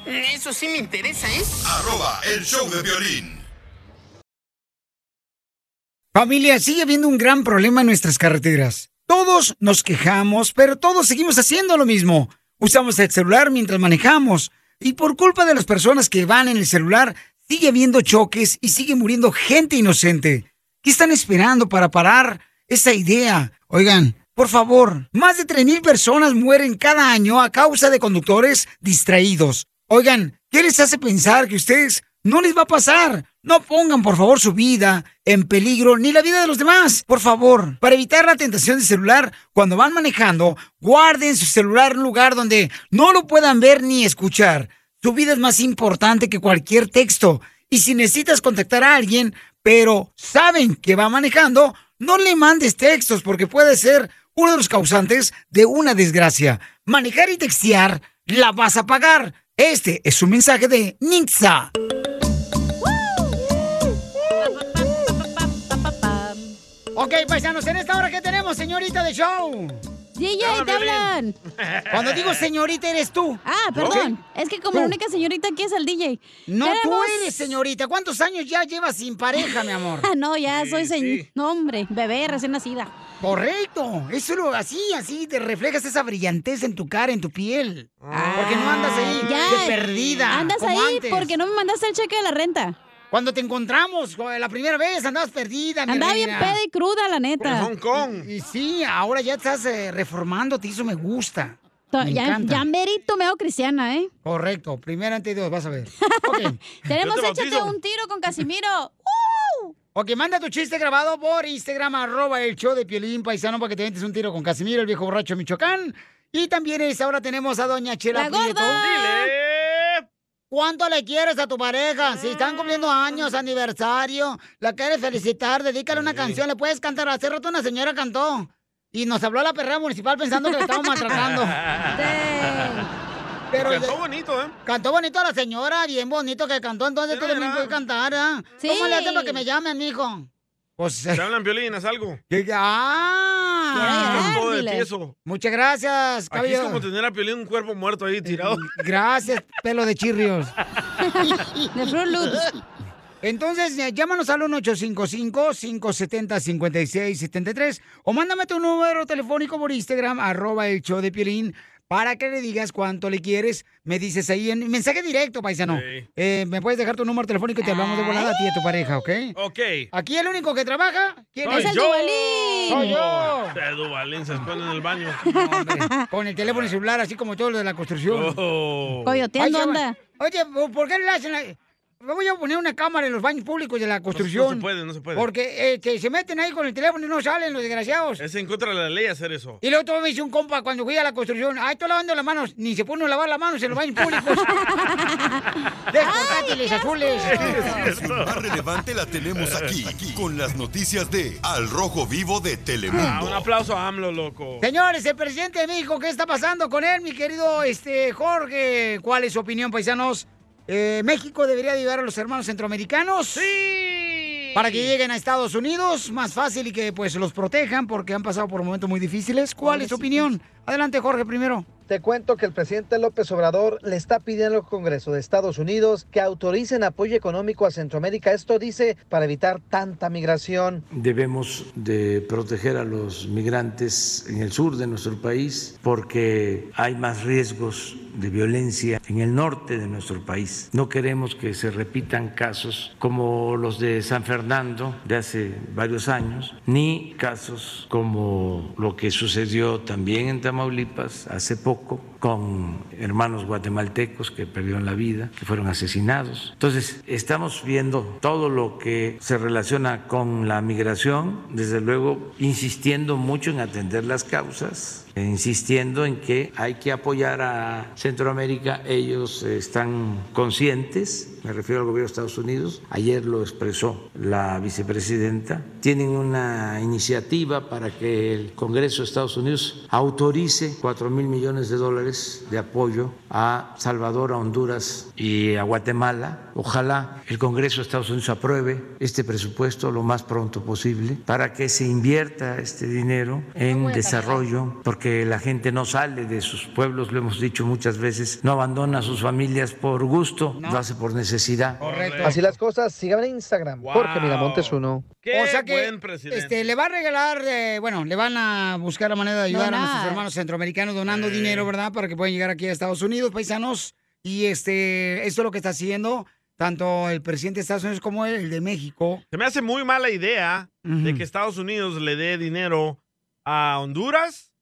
Eso sí me interesa, ¿eh? Arroba el show de violín. Familia, sigue habiendo un gran problema en nuestras carreteras. Todos nos quejamos, pero todos seguimos haciendo lo mismo. Usamos el celular mientras manejamos. Y por culpa de las personas que van en el celular, sigue habiendo choques y sigue muriendo gente inocente. ¿Qué están esperando para parar esa idea? Oigan, por favor, más de 3.000 personas mueren cada año a causa de conductores distraídos. Oigan, ¿qué les hace pensar que a ustedes no les va a pasar? No pongan, por favor, su vida en peligro ni la vida de los demás. Por favor, para evitar la tentación del celular, cuando van manejando, guarden su celular en un lugar donde no lo puedan ver ni escuchar. Su vida es más importante que cualquier texto. Y si necesitas contactar a alguien, pero saben que va manejando, no le mandes textos porque puede ser uno de los causantes de una desgracia. Manejar y textear la vas a pagar. Este es un mensaje de Nixa. Ok, paisanos, en esta hora que tenemos, señorita de show. DJ, te hablan. Cuando digo señorita, eres tú. Ah, perdón. Es que como la única señorita aquí es el DJ. Oh. No, tú Queremos- eres señorita. ¿Cuántos años ya llevas sin pareja, mi amor? Ah, no, ya soy señor. No, hombre, bebé recién nacida. Correcto. Eso lo así, así te reflejas esa brillantez en tu cara, en tu piel. porque no andas ahí de perdida. Ah, Andas como ahí antes. porque no me mandaste el cheque de la renta. Cuando te encontramos la primera vez andabas perdida, Ah, mi Andaba bien reina. peda y cruda, la neta. Kong. Y, y sí, ahora ya estás eh, reformándote y eso me gusta. To- Me ya, encanta. ya merito me hago cristiana, ¿eh? Correcto. Primero ante Dios, vas a ver. Tenemos échate un tiro con Casimiro. Ok, manda tu chiste grabado por Instagram, arroba el show de Piolín Paisano, para que te metes un tiro con Casimiro, el viejo borracho de Michoacán. Y también es, ahora tenemos a doña Chela ¡La Prieto. gorda! ¿Cuánto le quieres a tu pareja? Si están cumpliendo Ah. años, aniversario, la quieres felicitar, dedícale una canción, le puedes cantar. Hace rato una señora cantó y nos habló la perrera municipal pensando que la estábamos maltratando. Pero Cantó ya- bonito, ¿eh? Cantó bonito la señora, bien bonito que cantó, entonces tú también puedes cantar, ¿ah? ¿Cómo le hacen para que me llamen, mijo? Pues, Te hablan violín, haz algo. ¡Ah! Todo de tieso. Muchas gracias, Aquí es cabello. como tener a Piolín un cuerpo muerto ahí tirado. Gracias, pelo de chirrios. De Fruit Loops. Entonces, eh, llámanos al 1-855-570-5673 o mándame tu número telefónico por Instagram, arroba el show de Piolín, para que le digas cuánto le quieres. Me dices ahí en mensaje directo, paisano. Sí. Eh, me puedes dejar tu número telefónico y te hablamos de volada a ti y a tu pareja, ¿ok? Ok. Aquí el único que trabaja ¿quién Soy yo. Soy yo. Este Duvalín se esconde en el baño. Con el teléfono celular, así como todo lo de la construcción. Oh. Coyoteando Ay, anda. Oye, ¿por- ¿por qué le hacen la... Me voy a poner una cámara en los baños públicos de la construcción. no se puede, no se puede. Porque este, se meten ahí con el teléfono y no salen los desgraciados. Es en contra de la ley hacer eso. Y luego todo me dice un compa cuando fui a la construcción, ay, estoy lavando las manos, ni se pone a lavar las manos en los baños públicos. Descontátiles azules. La más relevante la tenemos aquí, aquí, con las noticias de Al Rojo Vivo de Ah, un Telemundo. aplauso a AMLO, loco. Señores, el presidente de México, ¿qué está pasando con él, mi querido este, Jorge? ¿Cuál es su opinión, paisanos? Eh, ¿México debería ayudar a los hermanos centroamericanos? ¡Sí! Para que lleguen a Estados Unidos más fácil y que pues los protejan porque han pasado por momentos muy difíciles. ¿Cuál es su opinión? Adelante, Jorge, primero. Te cuento que el presidente López Obrador le está pidiendo al Congreso de Estados Unidos que autoricen apoyo económico a Centroamérica. Esto dice para evitar tanta migración. Debemos de proteger a los migrantes en el sur de nuestro país porque hay más riesgos de violencia en el norte de nuestro país. No queremos que se repitan casos como los de San Fernando de hace varios años, ni casos como lo que sucedió también en Tamaulipas hace poco con hermanos guatemaltecos que perdieron la vida, que fueron asesinados. Entonces, estamos viendo todo lo que se relaciona con la migración, desde luego insistiendo mucho en atender las causas, e insistiendo en que hay que apoyar a Centroamérica, ellos eh, están conscientes, me refiero al gobierno de Estados Unidos, ayer lo expresó la vicepresidenta, tienen una iniciativa para que el Congreso de Estados Unidos autorice 4 mil millones de dólares de apoyo a Salvador, a Honduras y a Guatemala. Ojalá el Congreso de Estados Unidos apruebe este presupuesto lo más pronto posible para que se invierta este dinero en desarrollo, porque la gente no sale de sus pueblos, lo hemos dicho muchas veces, no abandona a sus familias por gusto, lo hace por necesidad. Así las cosas, síganme en Instagram. Jorge Miramontes uno. Qué o sea que buen presidente. este, le va a regalar, eh, bueno, le van a buscar la manera de ayudar a Donar. nuestros hermanos centroamericanos donando Sí. dinero, ¿verdad? Para que puedan llegar aquí a Estados Unidos, paisanos. Y este, esto es lo que está haciendo tanto el presidente de Estados Unidos como el de México. Se me hace muy mala idea de que Estados Unidos le dé dinero a Honduras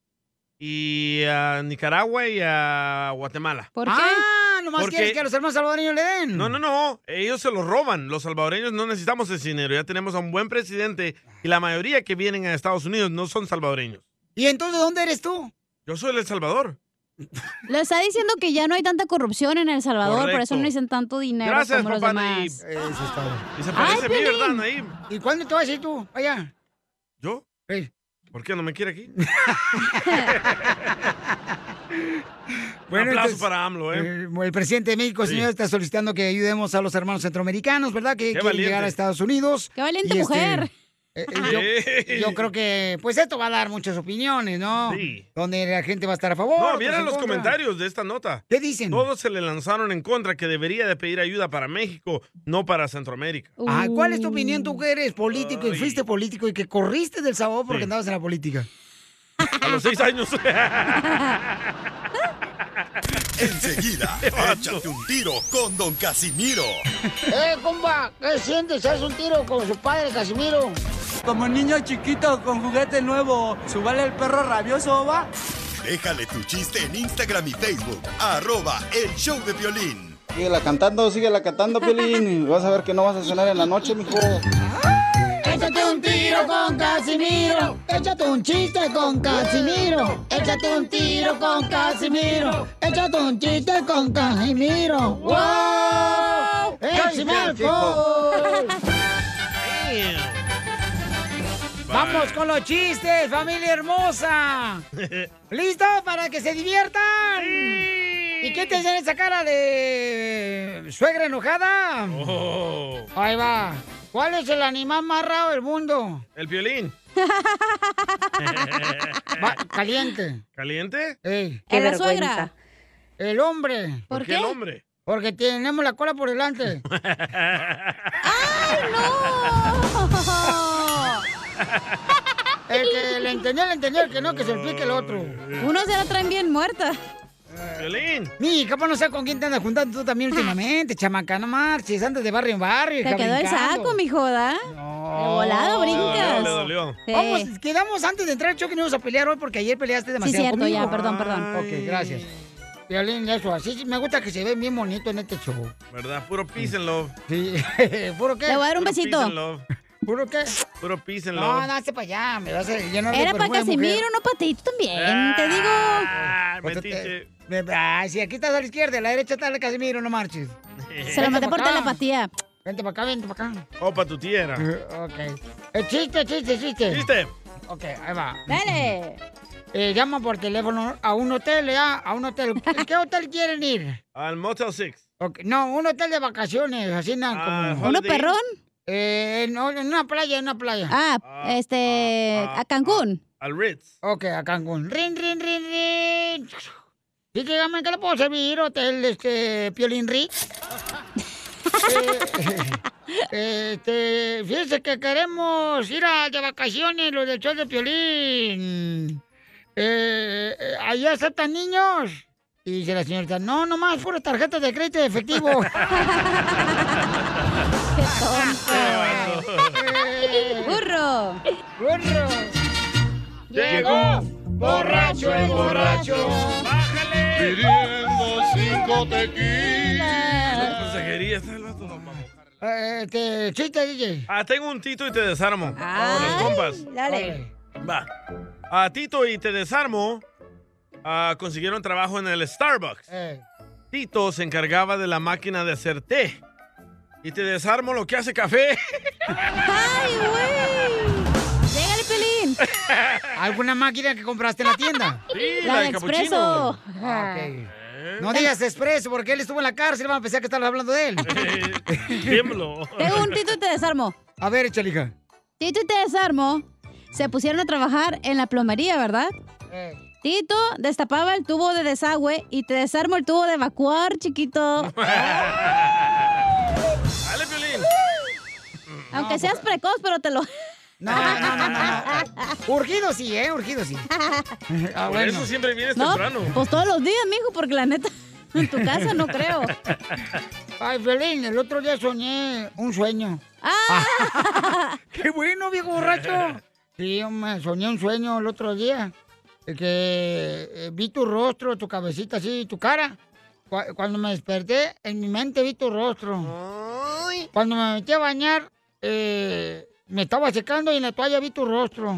y a Nicaragua y a Guatemala. ¿Por qué? Ah, nomás Porque- quieres que a los hermanos salvadoreños le den. No, no, no. Ellos se los roban. Los salvadoreños no necesitamos ese dinero. Ya tenemos a un buen presidente y la mayoría que vienen a Estados Unidos no son salvadoreños. ¿Y entonces dónde eres tú? Yo soy de El Salvador. Le está diciendo que ya no hay tanta corrupción en El Salvador, por eso Correcto. no dicen tanto dinero Gracias, como los papá Naim. demás. Eso es todo. Y se parece a mí, Piolín. ¿verdad, Naim? ¿Y cuándo te vas a ir tú? Allá. ¿Yo? ¿Por qué no me quiere aquí? Un aplauso entonces, para AMLO, ¿eh? eh, El presidente de México, Sí. señor, está solicitando que ayudemos a los hermanos centroamericanos, ¿verdad? Que quieren valiente. llegar a Estados Unidos. este, ¡Qué valiente mujer! yo, yo creo que, pues esto va a dar muchas opiniones, ¿no? Sí. Donde la gente va a estar a favor. no, otros vieron en los contra. comentarios de esta nota. ¿Qué dicen? Todos se le lanzaron en contra que debería de pedir ayuda para México, no para Centroamérica. Ah, ¿Cuál es tu opinión? Tú que eres político y fuiste político y que corriste del sabor porque Sí. andabas en la política. A los seis años. Enseguida, échate un tiro con Don Casimiro. ¡Eh, compa! ¿Qué sientes? ¿Haz un tiro con su padre, Casimiro? Como niño chiquito con juguete nuevo, subale el perro rabioso, va. Déjale tu chiste en Instagram y Facebook, arroba el show de violín. Síguela cantando, síguela cantando, Piolín. Vas a ver que no vas a cenar en la noche, mijo. Échate un tiro con Casimiro. Échate un chiste con Casimiro. Échate un tiro con Casimiro. Échate un chiste con Casimiro. ¡Wow! ¡Échame alcohol! Vamos con los chistes, familia hermosa. ¿Listos para que se diviertan? ¿Y qué te hacen esa cara de suegra enojada? Oh. Ahí va. ¿Cuál es el animal más raro del mundo? El violín. Va, caliente. ¿Caliente? Ey. ¿Qué ¿En la vergüenza? suegra? El hombre. ¿Por ¿Por qué qué? el hombre? Porque tenemos la cola por delante. ¡Ay, no! El que le entendió, le entendió, el que no, que se explique el otro. Unos ya la traen bien muerta. Violín. Mi, capaz pues no sé con quién te andas juntando tú también últimamente, chamaca, no marches, andas de barrio en barrio. Te quedó el saco, mi joda. De volado brincas. Le dolió. Sí. Vamos, Oh, pues, quedamos antes de entrar al choque, no íbamos a pelear hoy porque ayer peleaste demasiado. cierto, conmigo. ya, perdón, perdón. Ok, gracias. Violín, eso, así sí, me gusta que se ve bien bonito en este show. ¿Verdad? Puro peace and love. Sí. ¿Puro qué? Te voy a dar un Puro peace besito. and love. ¿Puro qué? Puro peace and No, love. no, hazte para allá, me vas a llenar de Era para perfume de mujer. Casimiro, no para ti, tú también, te digo. Ah, Pues tú te- metiche. me- Ay, si aquí estás a la izquierda, a la derecha está el Casimiro, no marches. Eh. Se lo maté por telepatía. Vente para acá, vente para acá. O para tu tierra. Ok. Eh, chiste, chiste, chiste. ¿Viste? Ok, ahí va. Dale. Eh, llama por teléfono a un hotel, ¿ya? A un hotel. ¿En ¿Qué hotel quieren ir? Al Motel 6. Ok, No, un hotel de vacaciones, así nada como... Ah, ¿Uno Holiday Inn. perrón? Eh, no, en una playa, en una playa. Ah, este, Ah, a Cancún. Al Ritz. Ok, a Cancún. Rin, rin, rin, rin. Y dígame, ¿qué le puedo servir? Hotel, este, Piolín Ritz. Eh, este, fíjense que queremos ir a, de vacaciones, los del show de Piolín. Eh, eh, ¿Ahí aceptan niños? Y dice la señorita, no, nomás puras tarjetas de crédito de efectivo. ah. ¡Burro! ¡Burro! Llegó borracho el borracho. Bájale. Pidiendo cinco tequilas. Consejería, está el vato. Eh, Este, chiste, DJ. Ah, tengo un Tito y te desarmo. Ay, Con los compas. dale. Va. A Tito y te desarmo ah, consiguieron trabajo en el Starbucks. Eh. Tito se encargaba de la máquina de hacer té. Y te desarmo lo que hace café. ¡Ay, güey! ¡Légale, Pelín! ¿Alguna máquina que compraste en la tienda? Sí, La la de de Capuchino. Expreso. Ah, ok. No digas expreso, porque él estuvo en la cárcel, vamos a pensar que estabas hablando de él. Tiemblo. Tengo un tito y te desarmo. A ver, Chalija. Tito y te desarmo se pusieron a trabajar en la plomería, ¿verdad? Eh. Tito destapaba el tubo de desagüe y te desarmo el tubo de evacuar, chiquito. Dale, Piolín. Aunque seas precoz, pero te lo... No, no, no, no. Urgido sí, ¿eh? Urgido sí. Por eso siempre vienes Ah, No, temprano. Pues todos los días, mijo, porque la neta, en tu casa no creo. Ay, Felín, el otro día soñé un sueño. ¡Qué bueno, viejo borracho! Sí, me soñé un sueño el otro día. eh, Que eh, vi tu rostro, tu cabecita así, tu cara. Cu- Cuando me desperté, en mi mente vi tu rostro. Cuando me metí a bañar, eh, me estaba secando y en la toalla vi tu rostro.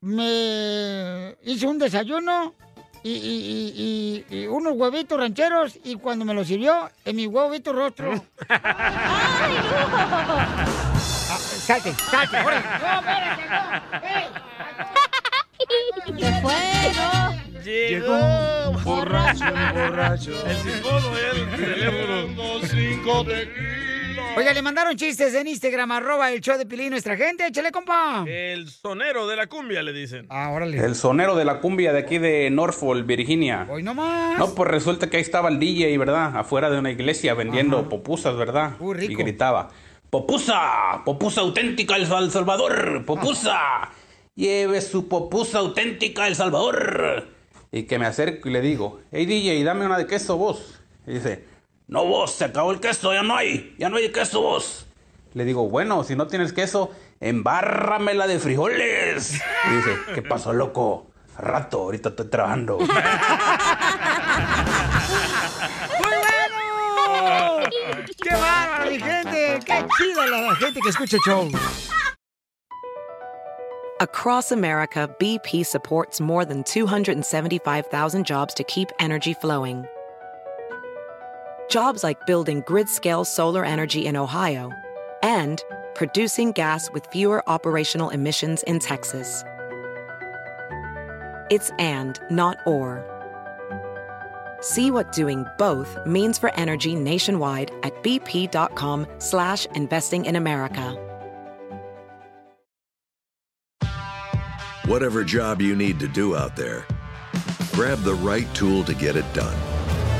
Me hice un desayuno y, y- y- y- y unos huevitos rancheros y cuando me los sirvió, en mi huevo vi tu rostro. Ah, salte, salte, ahora. ¡Se fue, Llegó borracho, borracho. El silbono, el teléfono. Cinco tequilas. Oiga, le mandaron chistes en Instagram, arroba el show de Pilín, nuestra gente. Échale, compa. El sonero de la cumbia, le dicen. Ah, órale. El sonero de la cumbia de aquí de Norfolk, Virginia. Hoy nomás. No, pues resulta que ahí estaba el DJ, ¿verdad? Afuera de una iglesia vendiendo popusas, ¿verdad? Uh, rico. Y gritaba, ¡Popusa! ¡Popusa auténtica El Sal- Salvador! ¡Popusa! ¡Lleve su popusa auténtica El Salvador! Y que me acerco y le digo, hey DJ, dame una de queso vos. Y dice, no vos, se acabó el queso, ya no hay, ya no hay queso vos. Le digo, bueno, si no tienes queso, embárramela de frijoles. Y dice, ¿qué pasó, loco? Al Rato, ahorita estoy trabajando. ¡Muy bueno! ¡Qué bárbaro, mi gente! ¡Qué chido la gente que escucha el show! Across America, BP supports more than 275,000 jobs to keep energy flowing. Jobs like building grid scale solar energy in Ohio and producing gas with fewer operational emissions in Texas. It's and, not or. See what doing both means for energy nationwide at bp.com slash investing in America. Whatever job you need to do out there, grab the right tool to get it done.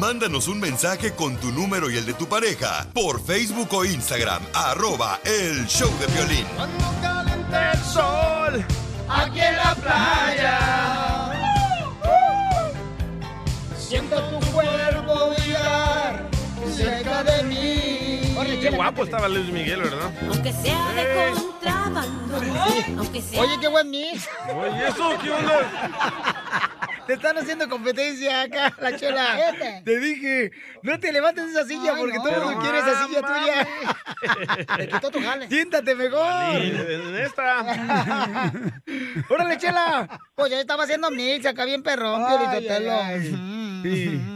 Mándanos un mensaje con tu número y el de tu pareja por Facebook o Instagram, arroba el show de violín. El sol aquí en la playa. Siento tu cuerpo vibrar cerca de mí. Qué guapo estaba Luis Miguel, ¿verdad? Aunque sea de contrabando. Aunque sea. Oye, qué buen mix. Oye, ¿eso qué onda? Te están haciendo competencia acá, la chola. Este. Te dije, no te levantes de esa silla Ay, porque no. todo el mundo Pero quiere esa silla tuya. Te quitó tu jale. Siéntate mejor. En esta. Órale, chela. Pues yo estaba haciendo mix acá bien perrón, Pio Ay, Lizotelo. ay,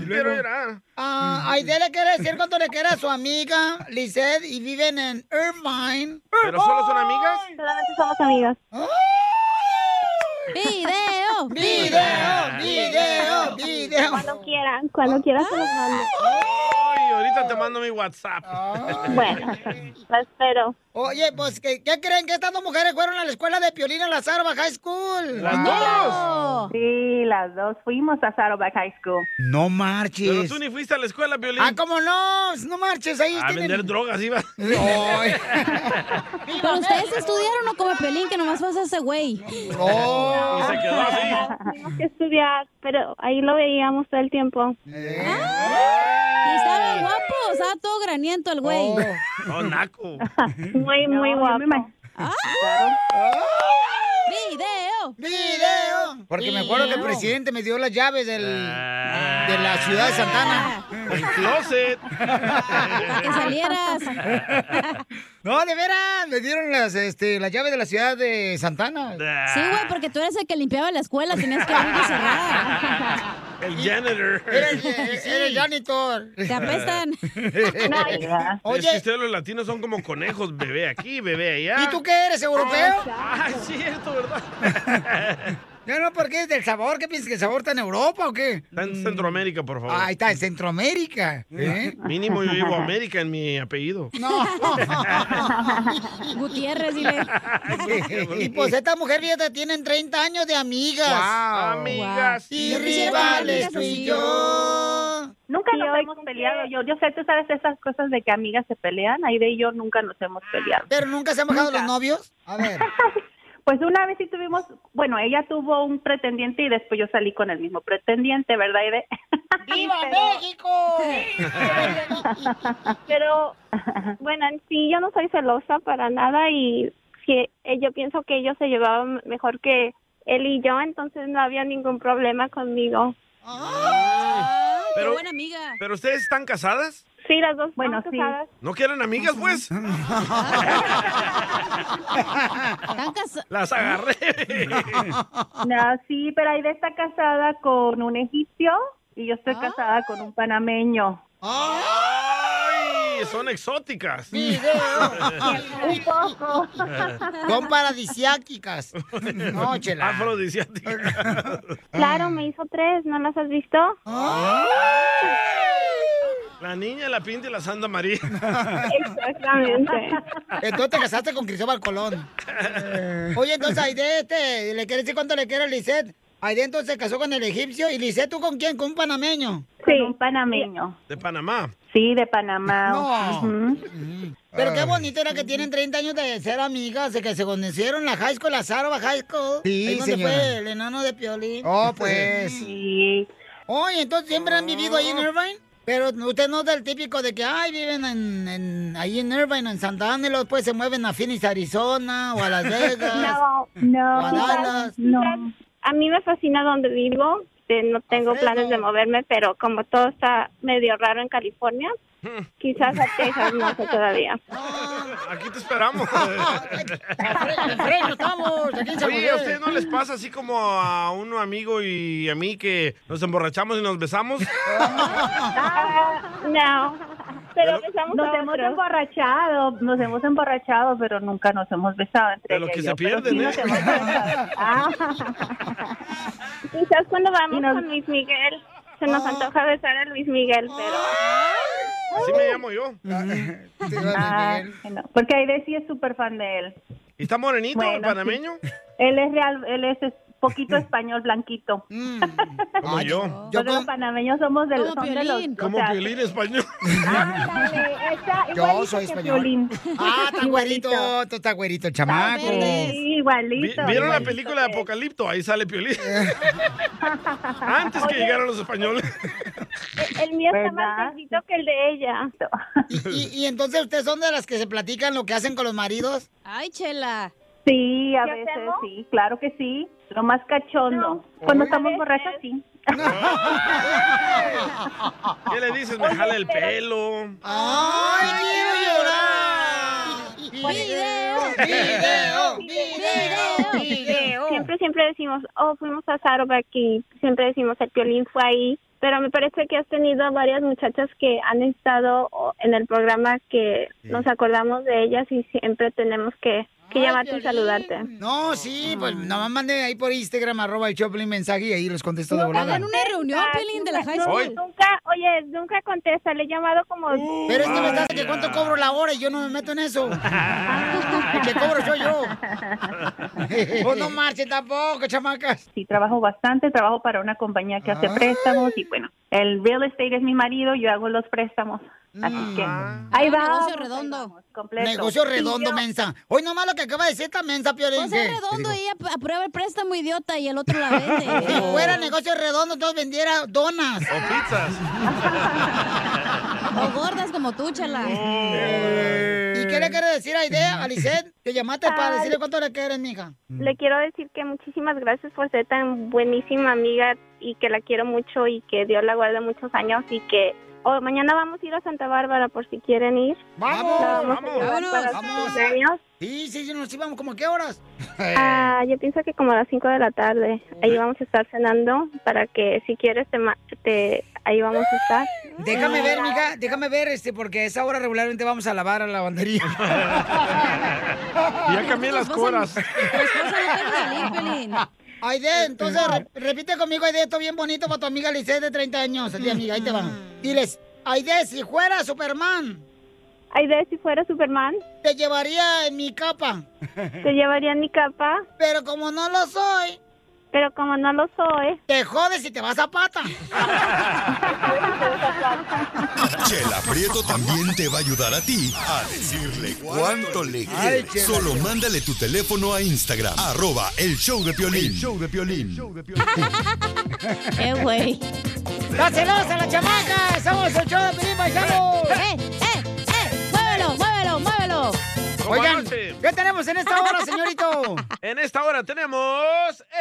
Y luego era. Ah, Aide le quiere decir cuánto le quiere a su amiga Lizeth y viven en Irvine. ¿Pero solo son amigas? Solamente somos amigas. ¡Video! ¡Video! ¡Video! ¡Video! Cuando quieran, cuando quieran se los mando. Ay, ahorita te mando mi WhatsApp. Bueno, lo espero. Oye, pues, ¿qué, qué creen? Que estas dos mujeres fueron a la escuela de Piolín en la Zarba High School. ¿Las dos? Sí, las dos fuimos a Saddleback High School. No Pero marches. tú ni fuiste a la escuela, Violín. Ah, ¿cómo no? No marches, ahí A tienen- vender drogas iba. Ay. Pero ustedes estudiaron o como pelín que nomás fue ese güey. Oh. No. Y se quedó así. Teníamos que estudiar, pero ahí lo veíamos todo el tiempo. ¡Ah! Y estaba guapo, estaba todo graniento el güey. Oh, No, naco. Muy, muy guapo. ¡Video! ¡Video! Porque me acuerdo que el presidente me dio las llaves del, de la ciudad de Santana. Ah. El closet. que salieras. No, de veras, me dieron las, este, las llaves de la ciudad de Santana. Sí, güey, porque tú eres el que limpiaba la escuela, tenías que abrir y cerrar. El janitor. Era el, era el janitor. Te apestan. Oye. Oye. Es que ustedes los latinos son como conejos, bebé aquí, bebé allá. ¿Y tú qué eres, europeo? Ah, es cierto, ¿verdad? No, no, porque es del sabor. ¿Qué piensas que el sabor está en Europa o qué? Está en Centroamérica, por favor. Ah, ahí está, en Centroamérica. ¿eh? Mínimo yo llevo América en mi apellido. No. Gutiérrez, dile. Y pues esta mujer, fíjate, tienen 30 años de amigas. Wow. Amigas. Y Yo quisiera rivales tener tú y amigas yo. Nunca nos hemos peleado. Yo, yo sé, tú sabes esas cosas de que amigas se pelean. Ahí y yo nunca nos hemos peleado. ¿Pero nunca se han bajado los novios? A ver. Pues una vez sí tuvimos, bueno, ella tuvo un pretendiente y después yo salí con el mismo pretendiente, ¿verdad, Aide? ¡Viva México! Oh. Pero, bueno, en sí, yo no soy celosa para nada y si, eh, yo pienso que ellos se llevaban mejor que él y yo, entonces no había ningún problema conmigo. Pero- buena amiga. ¿Pero ustedes están casadas? Sí, las dos bueno, casadas. ¿No que eran amigas, pues? Las agarré. No, sí, pero Aide está casada con un egipcio y yo Ah. estoy casada con un panameño. ¡Ay! Son exóticas. Un poco. Son paradisiáquicas. No, chela. Afrodisiáticas. Ah. Claro, me hizo tres, ¿no las has visto? La niña, la pinta y la Santa María. Exactamente. Entonces te casaste con Cristóbal Colón. Oye, entonces Aide, este, ¿le quieres decir cuánto le quiere a Lisette? Aide entonces se casó con el egipcio. ¿Y Lisette tú con quién? ¿Con un panameño? Sí. Con un panameño. De Panamá. Sí, de Panamá. No. Ujú. Pero qué bonito era que tienen 30 años de ser amigas, de que se conocieron en la high school, la Sarva High School. Sí, Ahí donde señora. fue el enano de Piolín. Oh, pues. Oh. Sí. Oye, entonces siempre han vivido ahí en Irvine. Pero usted no es del típico de que, ay, viven en, en- ahí en Irvine, en Santa Ana, y luego después se mueven a Phoenix, Arizona, o a Las Vegas. No, no, o a quizás- Dallas. quizás- A mí me fascina donde vivo. este, No tengo planes de moverme, pero como todo está medio raro en California, quizás a Texas no sé todavía. Aquí te esperamos. freno estamos, aquí en San Oye, José. ¿a ustedes no les pasa así como a un amigo y a mí que nos emborrachamos y nos besamos? Ah, no, pero besamos Nos a hemos otros. emborrachado, nos hemos emborrachado, pero nunca nos hemos besado entre De lo ella que y se yo, pero pierden, sí ¿eh? nos hemos besado. Ah, Quizás cuando vamos con Luis Miguel, se nos antoja besar a Luis Miguel, pero... Así me llamo yo. ah, bueno, porque Aide sí es súper fan de él. ¿Y está morenito el Bueno, panameño? sí. Él es real, él es es- poquito español blanquito. Como yo. Mm, Yo los panameños somos de, los- son de los... o Como sea, Piolín español. ándale, está Yo igualito soy que español. Piolín. Ah, tan Igualito. güerito, tú estás güerito, el chamaco. verde. Sí, igualito. Vi- ¿Vieron la película de Apocalipto? Ahí sale Piolín. Antes que Oye. llegaran los españoles. El mío está más gordito que el de ella. ¿Y, y entonces ustedes son de las que se platican lo que hacen con los maridos? Ay, chela. Sí, a ¿Ya veces hacemos? sí, claro que sí. Lo más cachondo. Cuando estamos borrachos, sí. ¿Qué le dices? Me jala el pelo. ¡Ay, quiero llorar! ¡Video! ¡Video! ¡Video! Siempre, siempre decimos, oh, fuimos a Sarovac y siempre decimos, el violín fue ahí. Pero me parece que has tenido varias muchachas que han estado oh, en el programa que nos acordamos de ellas y siempre tenemos que, que Ay, llamarte y Piolín. saludarte. No, sí, pues Mm. nomás mande ahí por Instagram, arroba el Choplin mensaje y ahí los contesto de volada. Hagan reunión, Pelín, de la high school. Nunca, oye, nunca contesta, le he llamado como... Pero es que me estás de que cuánto cobro la hora y yo no me meto en eso. El que cobro soy yo. Vos no marchen tampoco, chamacas. Sí, trabajo bastante, trabajo para una compañía que hace préstamos y bueno, el real estate es mi marido, yo hago los préstamos. Así que ahí va. Negocio redondo. completo. Negocio redondo, mensa. Hoy nomás lo que acaba de decir esta mensa, Piolín. Negocio ¿qué? Pues redondo, ella ap- aprueba el préstamo idiota y el otro la vende. Si fuera negocio redondo, todos vendiera donas. O pizzas. O gordas como tú, chala. Mm. ¿Y qué le quiere decir a Idea, a Lisette? Que llamaste para Ah. Ay. decirle cuánto le quieres, mija. Le quiero decir que muchísimas gracias por ser tan buenísima amiga y que la quiero mucho y que Dios la guarde muchos años y que oh, mañana vamos a ir a Santa Bárbara por si quieren ir. ¡Vamos! La vamos, a llevar ¡Vámonos! para sus ¡Vamos! cumpleaños. Sí, sí, sí, nos íbamos como a qué horas. Ah, yo pienso que como a las 5 de la tarde. Ahí vamos a estar cenando para que si quieres te, ma- te ahí vamos a estar. Déjame ver, mija, déjame ver, este, porque a esa hora regularmente vamos a lavar a la lavandería. Ya cambié las coras. Aide, entonces re- repite conmigo, Aide, esto bien bonito para tu amiga Lisette de 30 años. A ti, amiga, ahí te va. Diles, Aide, si fuera Superman. Aide, si fuera Superman. Te llevaría en mi capa. Te llevaría mi capa. Pero como no lo soy. Pero como no lo soy. Te jodes y te vas a pata. Chela Prieto también te va a ayudar a ti a decirle cuánto le Ay, quieres. Chela. Solo mándale tu teléfono a Instagram, arroba el show de Piolín. show de Eh, güey. ¡La celosa, la chamaca! ¡Somos el show de Pelín Paisanos! ¡Eh, eh, eh! ¡Muévelo, muévelo, muévelo! Oigan, anoche. ¿qué tenemos en esta hora, señorito? En esta hora tenemos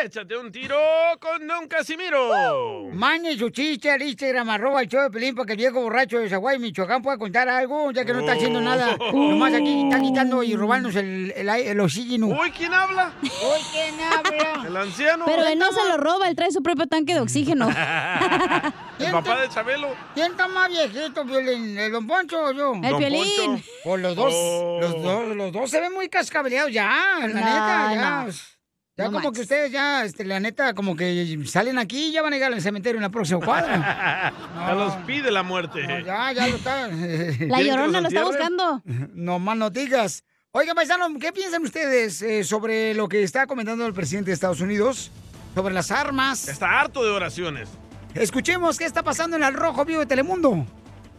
Échate un tiro con Don Casimiro. Mande su chiste al Instagram, arroba el show de Pelín, para que el viejo borracho de Zaguay, Michoacán, pueda contar algo, ya que no está haciendo nada. Oh. Nomás aquí está quitando y robándonos el, el, ai- el oxígeno. Uy, ¿quién habla? Uy, ¿quién habla? El anciano. Pero él no se lo roba, él trae su propio tanque de oxígeno. El papá de Chabelo. ¿Quién está más viejito, Piolín? ¿El Don Poncho o yo? El Don Piolín. Poncho. Oh. Pues los dos, los dos, los dos se ven muy cascabeleados ya, la neta, ya. Ya como que ustedes ya, este, la neta, como que salen aquí y ya van a llegar al cementerio en la próxima cuadra. Ya los pide la muerte. ya, ya lo está. ¿Quieren que Llorona los lo está entierren? No más no digas. Oiga, paisano, ¿qué piensan ustedes eh, sobre lo que está comentando el presidente de Estados Unidos? Sobre las armas. Está harto de oraciones. Escuchemos qué está pasando en el Rojo Vivo de Telemundo.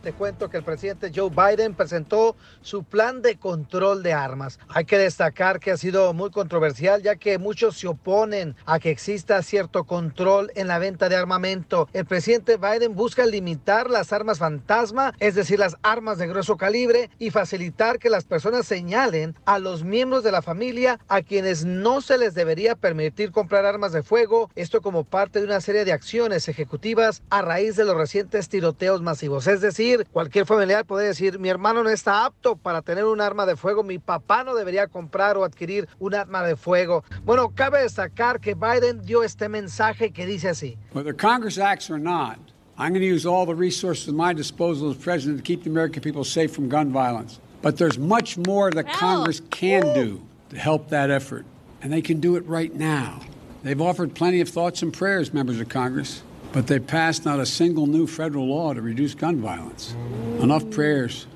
Te cuento que el presidente Joe Biden presentó su plan de control de armas. Hay que destacar que ha sido muy controversial ya que muchos se oponen a que exista cierto control en la venta de armamento. El presidente Biden busca limitar las armas fantasma, es decir, las armas de grueso calibre, y facilitar que las personas señalen a los miembros de la familia a quienes no se les debería permitir comprar armas de fuego, esto como parte de una serie de acciones ejecutivas a raíz de los recientes tiroteos masivos. Es decir, cualquier familiar puede decir, mi hermano no está apto para tener un arma de fuego, mi papá no debería comprar o adquirir un arma de fuego. Bueno, cabe destacar que Biden dio este mensaje que dice así. Whether Congress acts or not, I'm going to use all the resources at my disposal as president to keep the American people safe from gun violence. But there's much more that Congress can do to help that effort, and they can do it right now. They've offered plenty of thoughts and prayers, members of Congress, but they passed not a single new federal law to reduce gun violence. Enough prayers.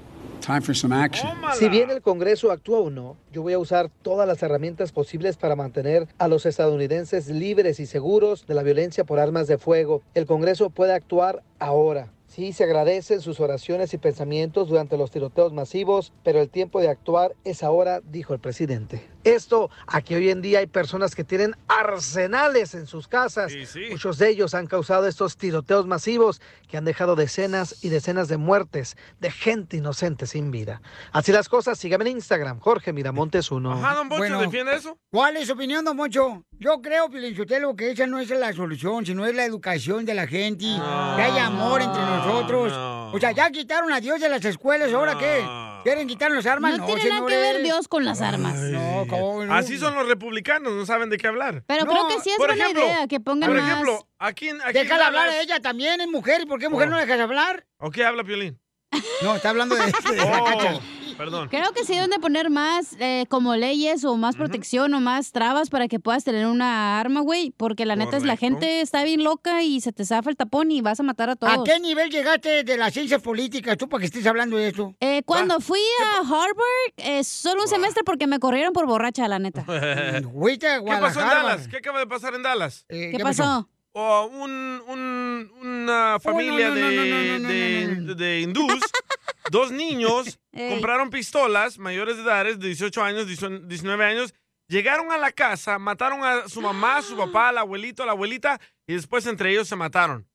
Time for some action. Si bien el Congreso actúa o no, yo voy a usar todas las herramientas posibles para mantener a los estadounidenses libres y seguros de la violencia por armas de fuego. El Congreso puede actuar ahora. Sí, se agradecen sus oraciones y pensamientos durante los tiroteos masivos, pero el tiempo de actuar es ahora, dijo el presidente. Esto a que hoy en día hay personas que tienen arsenales en sus casas. Muchos de ellos han causado estos tiroteos masivos que han dejado decenas y decenas de muertes de gente inocente sin vida. Así las cosas, síganme en Instagram, Jorge Miramontes 1. Ajá, don Poncho, ¿defiende eso? ¿Cuál es su opinión, don Moncho? Yo creo, Pilinchotelo, que esa no es la solución, sino es la educación de la gente, y que haya amor entre nosotros. O sea, ya quitaron a Dios de las escuelas, ¿ahora qué? ¿Quieren quitar las armas? No tiene nada que ver Dios con las armas. No, ¿cómo no? Así son los republicanos, no saben de qué hablar. Pero creo que sí es Por buena ejemplo, idea que pongan Por más- ejemplo, aquí, aquí Déjala hablar a ella también, es mujer. ¿Y por qué mujer Oh. no la dejas hablar? ¿O qué habla Piolín? No, está hablando de... Oh, perdón. Creo que sí deben de poner más eh, como leyes o más protección o más trabas para que puedas tener una arma, güey, porque la neta es la Correcto. gente está bien loca y se te zafa el tapón y vas a matar a todos. ¿A qué nivel llegaste de las ciencias políticas tú para que estés hablando de esto? Eh, cuando fui a Harvard, eh, solo un semestre porque me corrieron por borracha, la neta. ¿Qué pasó en Guadalajara. Dallas? ¿Qué acaba de pasar en Dallas? Eh, ¿Qué ¿qué pasó? pasó? Oh, un- un- una familia Oh, no, no, de- no, no, no, no, de de hindús, dos niños, Ey. compraron pistolas mayores de edades, de 18 años, 19 años, llegaron a la casa, mataron a su mamá, a su papá, al abuelito, a la abuelita, y después entre ellos se mataron.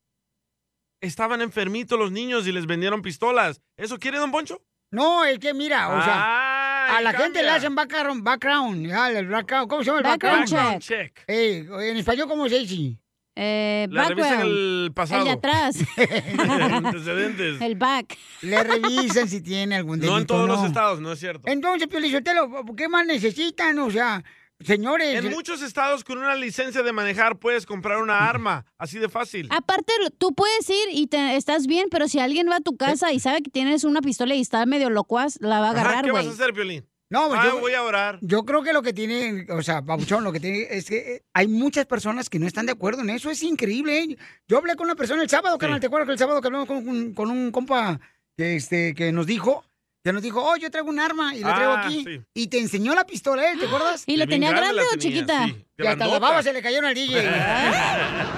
Estaban enfermitos los niños y les vendieron pistolas. ¿Eso quiere, don Poncho? Ah, No, es que mira, o sea, Ay, a la cambia. gente le hacen background, background, ya, el background, ¿cómo se llama el Background background? Background check. Ey, en español, ¿cómo se dice? Eh, Le revisan background. el pasado. El de atrás. Antecedentes. el back. Le revisan si tiene algún delito. No en todos o los estados, no es cierto. Entonces, Piolizotelo, ¿qué más necesitan? O sea, señores. En muchos estados con una licencia de manejar puedes comprar una arma, así de fácil. Ah, Aparte, lo- tú puedes ir y te- estás bien, pero si alguien va a tu casa y sabe que tienes una pistola y está medio locuaz, la va a Ajá, agarrar, ¿Qué vas güey. a hacer, Piolín? No, pues Ah, yo- voy a orar. Yo creo que lo que tiene, o sea, Pabuchón, lo que tiene es que eh, hay muchas personas que no están de acuerdo en eso. Es increíble. ¿eh? Yo hablé con una persona el sábado, carnal, ¿te acuerdas que el sábado que hablamos con, un- con un compa que, este, que nos dijo? Que nos dijo, oh, yo traigo un arma y la traigo Ah, aquí. sí. Y te enseñó la pistola, Ah, ¿eh? ¿Te acuerdas? ¿Y la Y bien tenía grande grande la o tenía, chiquita? sí, y hasta grandota. las babas se le cayeron al DJ.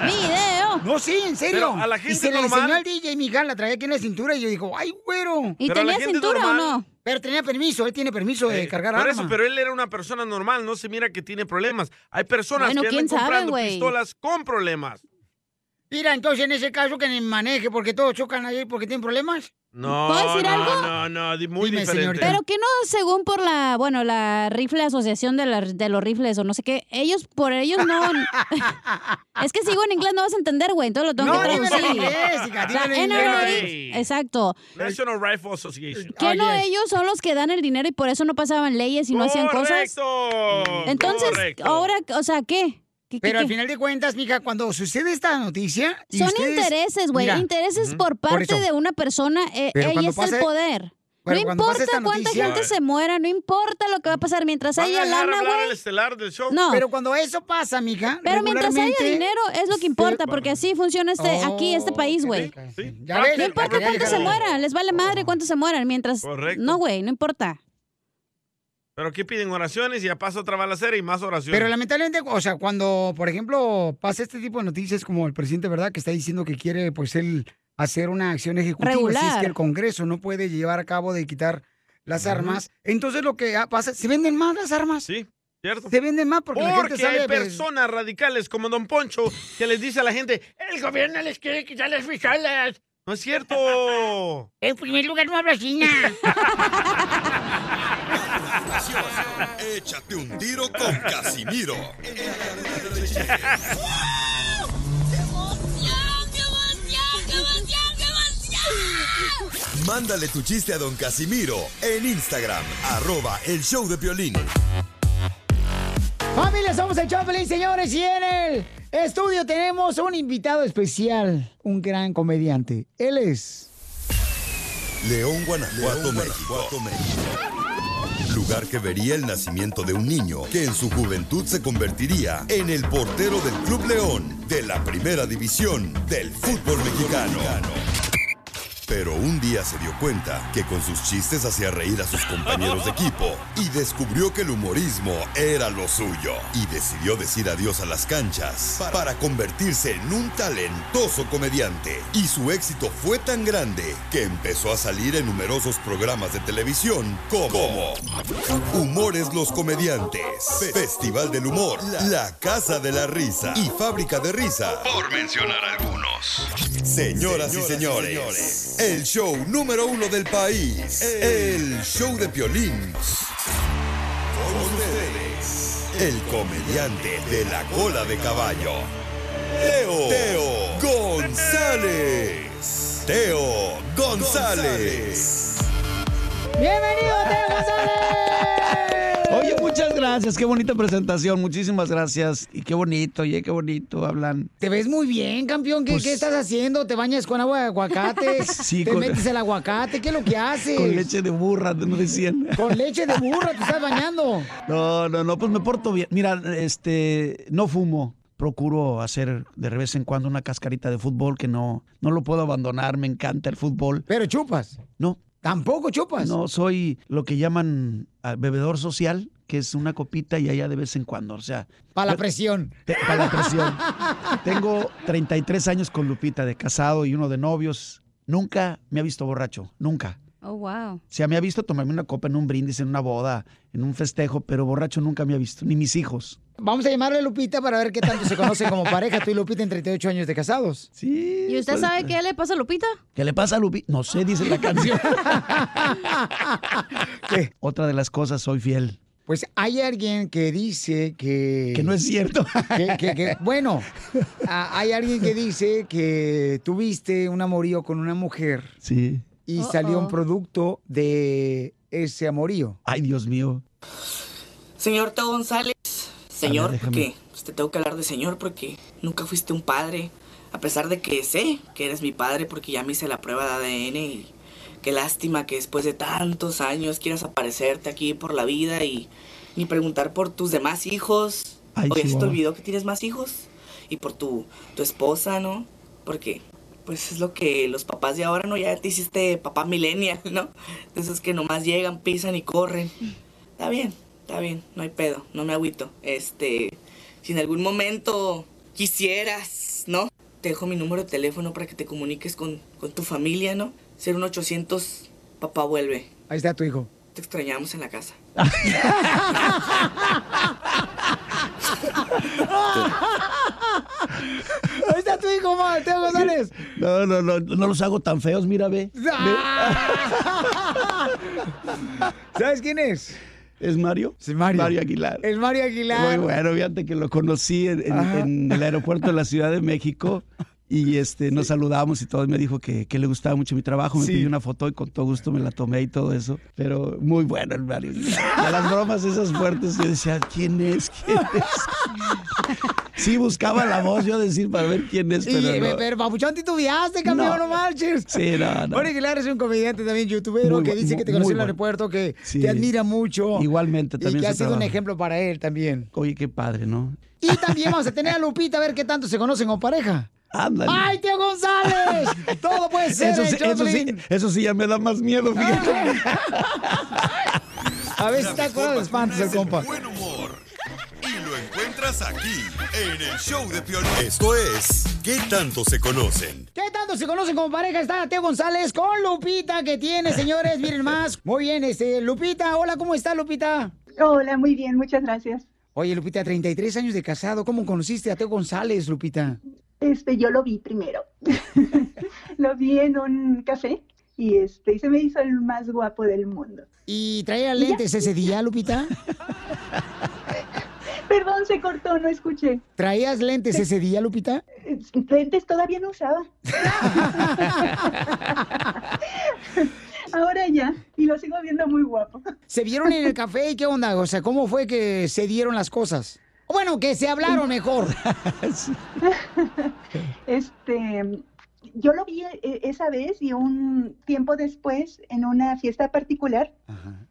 ¡Video! No, sí, en serio. Pero a la gente y se le normal- enseñó al DJ, mi hija, la traía aquí en la cintura y yo digo, ay, güero. ¿Y Pero a la tenía gente cintura o normal- no? Pero tenía permiso, él tiene permiso de Eh, cargar por arma. eso, pero él era una persona normal, no se mira que tiene problemas. Hay personas Bueno, que andan ¿quién sabe, comprando güey? pistolas con problemas. Mira, entonces en ese caso que ni maneje porque todos chocan ahí porque tienen problemas. No, ¿Puedo decir no, algo? no, no, di- muy Dime, diferente. Pero que no, según por la, bueno, la rifle asociación de, la- de los rifles o no sé qué, ellos, por ellos no. es que sigo en inglés, no vas a entender, güey, entonces lo tengo No, que dímelo en traducir. inglés, hija, O sea, dímelo en NRA, inglés. Exacto. National Rifle Association. Que no, ellos son los que dan el dinero y por eso no pasaban leyes y no hacían cosas. Correcto, Entonces, correcto. ahora, o sea, ¿qué? ¿Qué- qué- Pero al Mm, qué? final de cuentas, mija, cuando sucede esta noticia. y Son ustedes- intereses, güey. Mira, Intereses por por parte eso. de una persona. eh, Pero ella cuando es el pase- poder. Pero no cuando pase importa esta cuánta noticia- gente se muera, no importa lo que va a pasar mientras Van a haya dejar lana, hablar güey. al estelar del show. No. Pero cuando eso pasa, mija. Pero mientras haya regularmente- Oh, dinero es lo que importa, porque así funciona este aquí este país, güey. Ah, Ya ves, No importa ya cuánto se llegaron. muera, les vale madre cuánto se mueran mientras Correcto. No, güey, no importa. Pero aquí piden oraciones y ya pasa otra balacera y más oraciones. Pero lamentablemente, o sea, cuando, por ejemplo, pasa este tipo de noticias como el presidente, ¿verdad? Que está diciendo que quiere, pues, él hacer una acción ejecutiva. Regular. Si es que el Congreso no puede llevar a cabo de quitar las armas. Entonces lo que ah, pasa, ¿se venden más las armas? Sí, cierto. Se venden más porque, la gente Porque sale hay de- personas radicales como Don Poncho que les dice a la gente, el gobierno les quiere quitar las fichalas. No es cierto. En primer lugar, no habla china. Échate un tiro con Casimiro. Mándale tu chiste a don Casimiro en Instagram, arroba el show de violín. Familia, somos el Choplin, señores, y en el estudio tenemos un invitado especial, un gran comediante. Él es... León, Guanajuato, México. Lugar que vería el nacimiento de un niño que en su juventud se convertiría en el portero del Club León de la primera división del fútbol mexicano. Pero un día se dio cuenta que con sus chistes hacía reír a sus compañeros de equipo y descubrió que el humorismo era lo suyo y decidió decir adiós a las canchas para convertirse en un talentoso comediante. Y su éxito fue tan grande que empezó a salir en numerosos programas de televisión como Humores los Comediantes, Fe- Festival del Humor, La Casa de la Risa y Fábrica de Risa. Por mencionar algunos. Señoras, y señores, el show número uno del país, el show de Piolín. Con ustedes, el comediante de la cola de caballo, Teo, Teo González. Teo González. ¡Bienvenido, Teo Oye, muchas gracias, qué bonita presentación, muchísimas gracias. Y qué bonito, oye, qué bonito hablan. Te ves muy bien, campeón. ¿Qué, Pues- qué estás haciendo? ¿Te bañas con agua de aguacate? Sí, ¿Te con- metes el aguacate? ¿Qué es lo que haces? Con leche de burra, no decían. Con leche de burra te estás bañando. No, no, no, pues me porto bien. Mira, este, no fumo. Procuro hacer de vez en cuando una cascarita de fútbol que no, no lo puedo abandonar, me encanta el fútbol. ¿Pero chupas? No. ¿Tampoco chupas? No, soy lo que llaman ah, bebedor social, que es una copita y allá de vez en cuando, o sea... Para la presión. Para la presión. Tengo 33 años con Lupita, de casado y uno de novios. Nunca me ha visto borracho, nunca. Oh, wow. O sea, me ha visto tomarme una copa en un brindis, en una boda, en un festejo, pero borracho nunca me ha visto, ni mis hijos. Vamos a llamarle a Lupita para ver qué tanto se conocen como pareja. Tú y Lupita en 38 años de casados. Sí. ¿Y pues, usted sabe qué le pasa a Lupita? ¿Qué le pasa a Lupi? No sé, dice la canción. ¿Qué? Otra de las cosas, soy fiel. Pues hay alguien que dice que... Que no es cierto. Que- que- que- bueno, a- hay alguien que dice que tuviste un amorío con una mujer Sí. y Uh-oh. salió un producto de ese amorío. Ay, Dios mío. Señor Teo González, A señor, ver, déjame. porque pues, te tengo que hablar de señor, porque nunca fuiste un padre, a pesar de que sé que eres mi padre, porque ya me hice la prueba de ADN y qué lástima que después de tantos años quieras aparecerte aquí por la vida y ni preguntar por tus demás hijos. Ay, Oye, ¿se te Chihuahua. olvidó que tienes más hijos? Y por tu, tu esposa, ¿no? Porque, pues es lo que los papás de ahora, ¿no? Ya te hiciste papá millennial, ¿no? De esos que nomás llegan, pisan y corren. Está bien, está bien, no hay pedo, no me agüito. Este, si en algún momento quisieras, ¿no? Te dejo mi número de teléfono para que te comuniques con, con tu familia, ¿no? Ser un 800, papá vuelve. Ahí está tu hijo. Te extrañamos en la casa. Ahí está tu hijo, ma, Teo González. No, no, no, no los hago tan feos, mira, ve. ¿Sabes quién es? ¿Es Mario? Sí, Mario. Mario Aguilar. Es Mario Aguilar. Muy bueno, fíjate que lo conocí en, en- Ajá. en el aeropuerto de la Ciudad de México Y este, nos saludamos y todo. Y me dijo que, que le gustaba mucho mi trabajo. Me Sí. pidió una foto y con todo gusto me la tomé y todo eso. Pero muy bueno el Mario. Y a las bromas esas fuertes, yo decía, ¿quién es? ¿Quién es?". Sí, buscaba la voz yo decir para ver quién es, pero Y, no. pero papuchón, titubeaste, campeón, no, No. marches. Sí, no, no. Bueno, Aguilar es un comediante también, youtubero, Muy que bu- dice que te muy conoció en el bueno. aeropuerto, que Sí. te admira mucho. Igualmente Y también que su ha sido un trabajo. ejemplo para él también. Oye, qué padre, ¿no? Y también vamos a tener a Lupita a ver qué tanto se conocen como pareja. Ándale. ¡Ay, tío González! Todo puede ser. Eso eh, sí, eso sí, Choplin. eso sí ya me da más miedo, fíjate. Ah. A ver si está curado de espantos el compa. Lo encuentras aquí, en el show de Piolín. Esto es ¿Qué tanto se conocen? ¿Qué tanto se conocen como pareja? Está Teo González con Lupita que tiene, señores, miren más. Muy bien, este, Lupita, hola, ¿cómo está Lupita? Hola, muy bien, muchas gracias. Oye, Lupita, 33 años de casado, ¿cómo conociste a Teo González, Lupita? Este, yo lo vi primero. lo vi en un café y este, y se me hizo el más guapo del mundo. ¿Y traía lentes ese día, Lupita? Perdón, se cortó, no escuché. ¿Traías lentes ese día, Lupita? Eh, Lentes todavía no usaba. Ahora ya, y lo sigo viendo muy guapo. ¿Se vieron en el café y qué onda? O sea, ¿cómo fue que se dieron las cosas? O Bueno, que se hablaron mejor. Este, yo lo vi eh, esa vez y un tiempo después en una fiesta particular,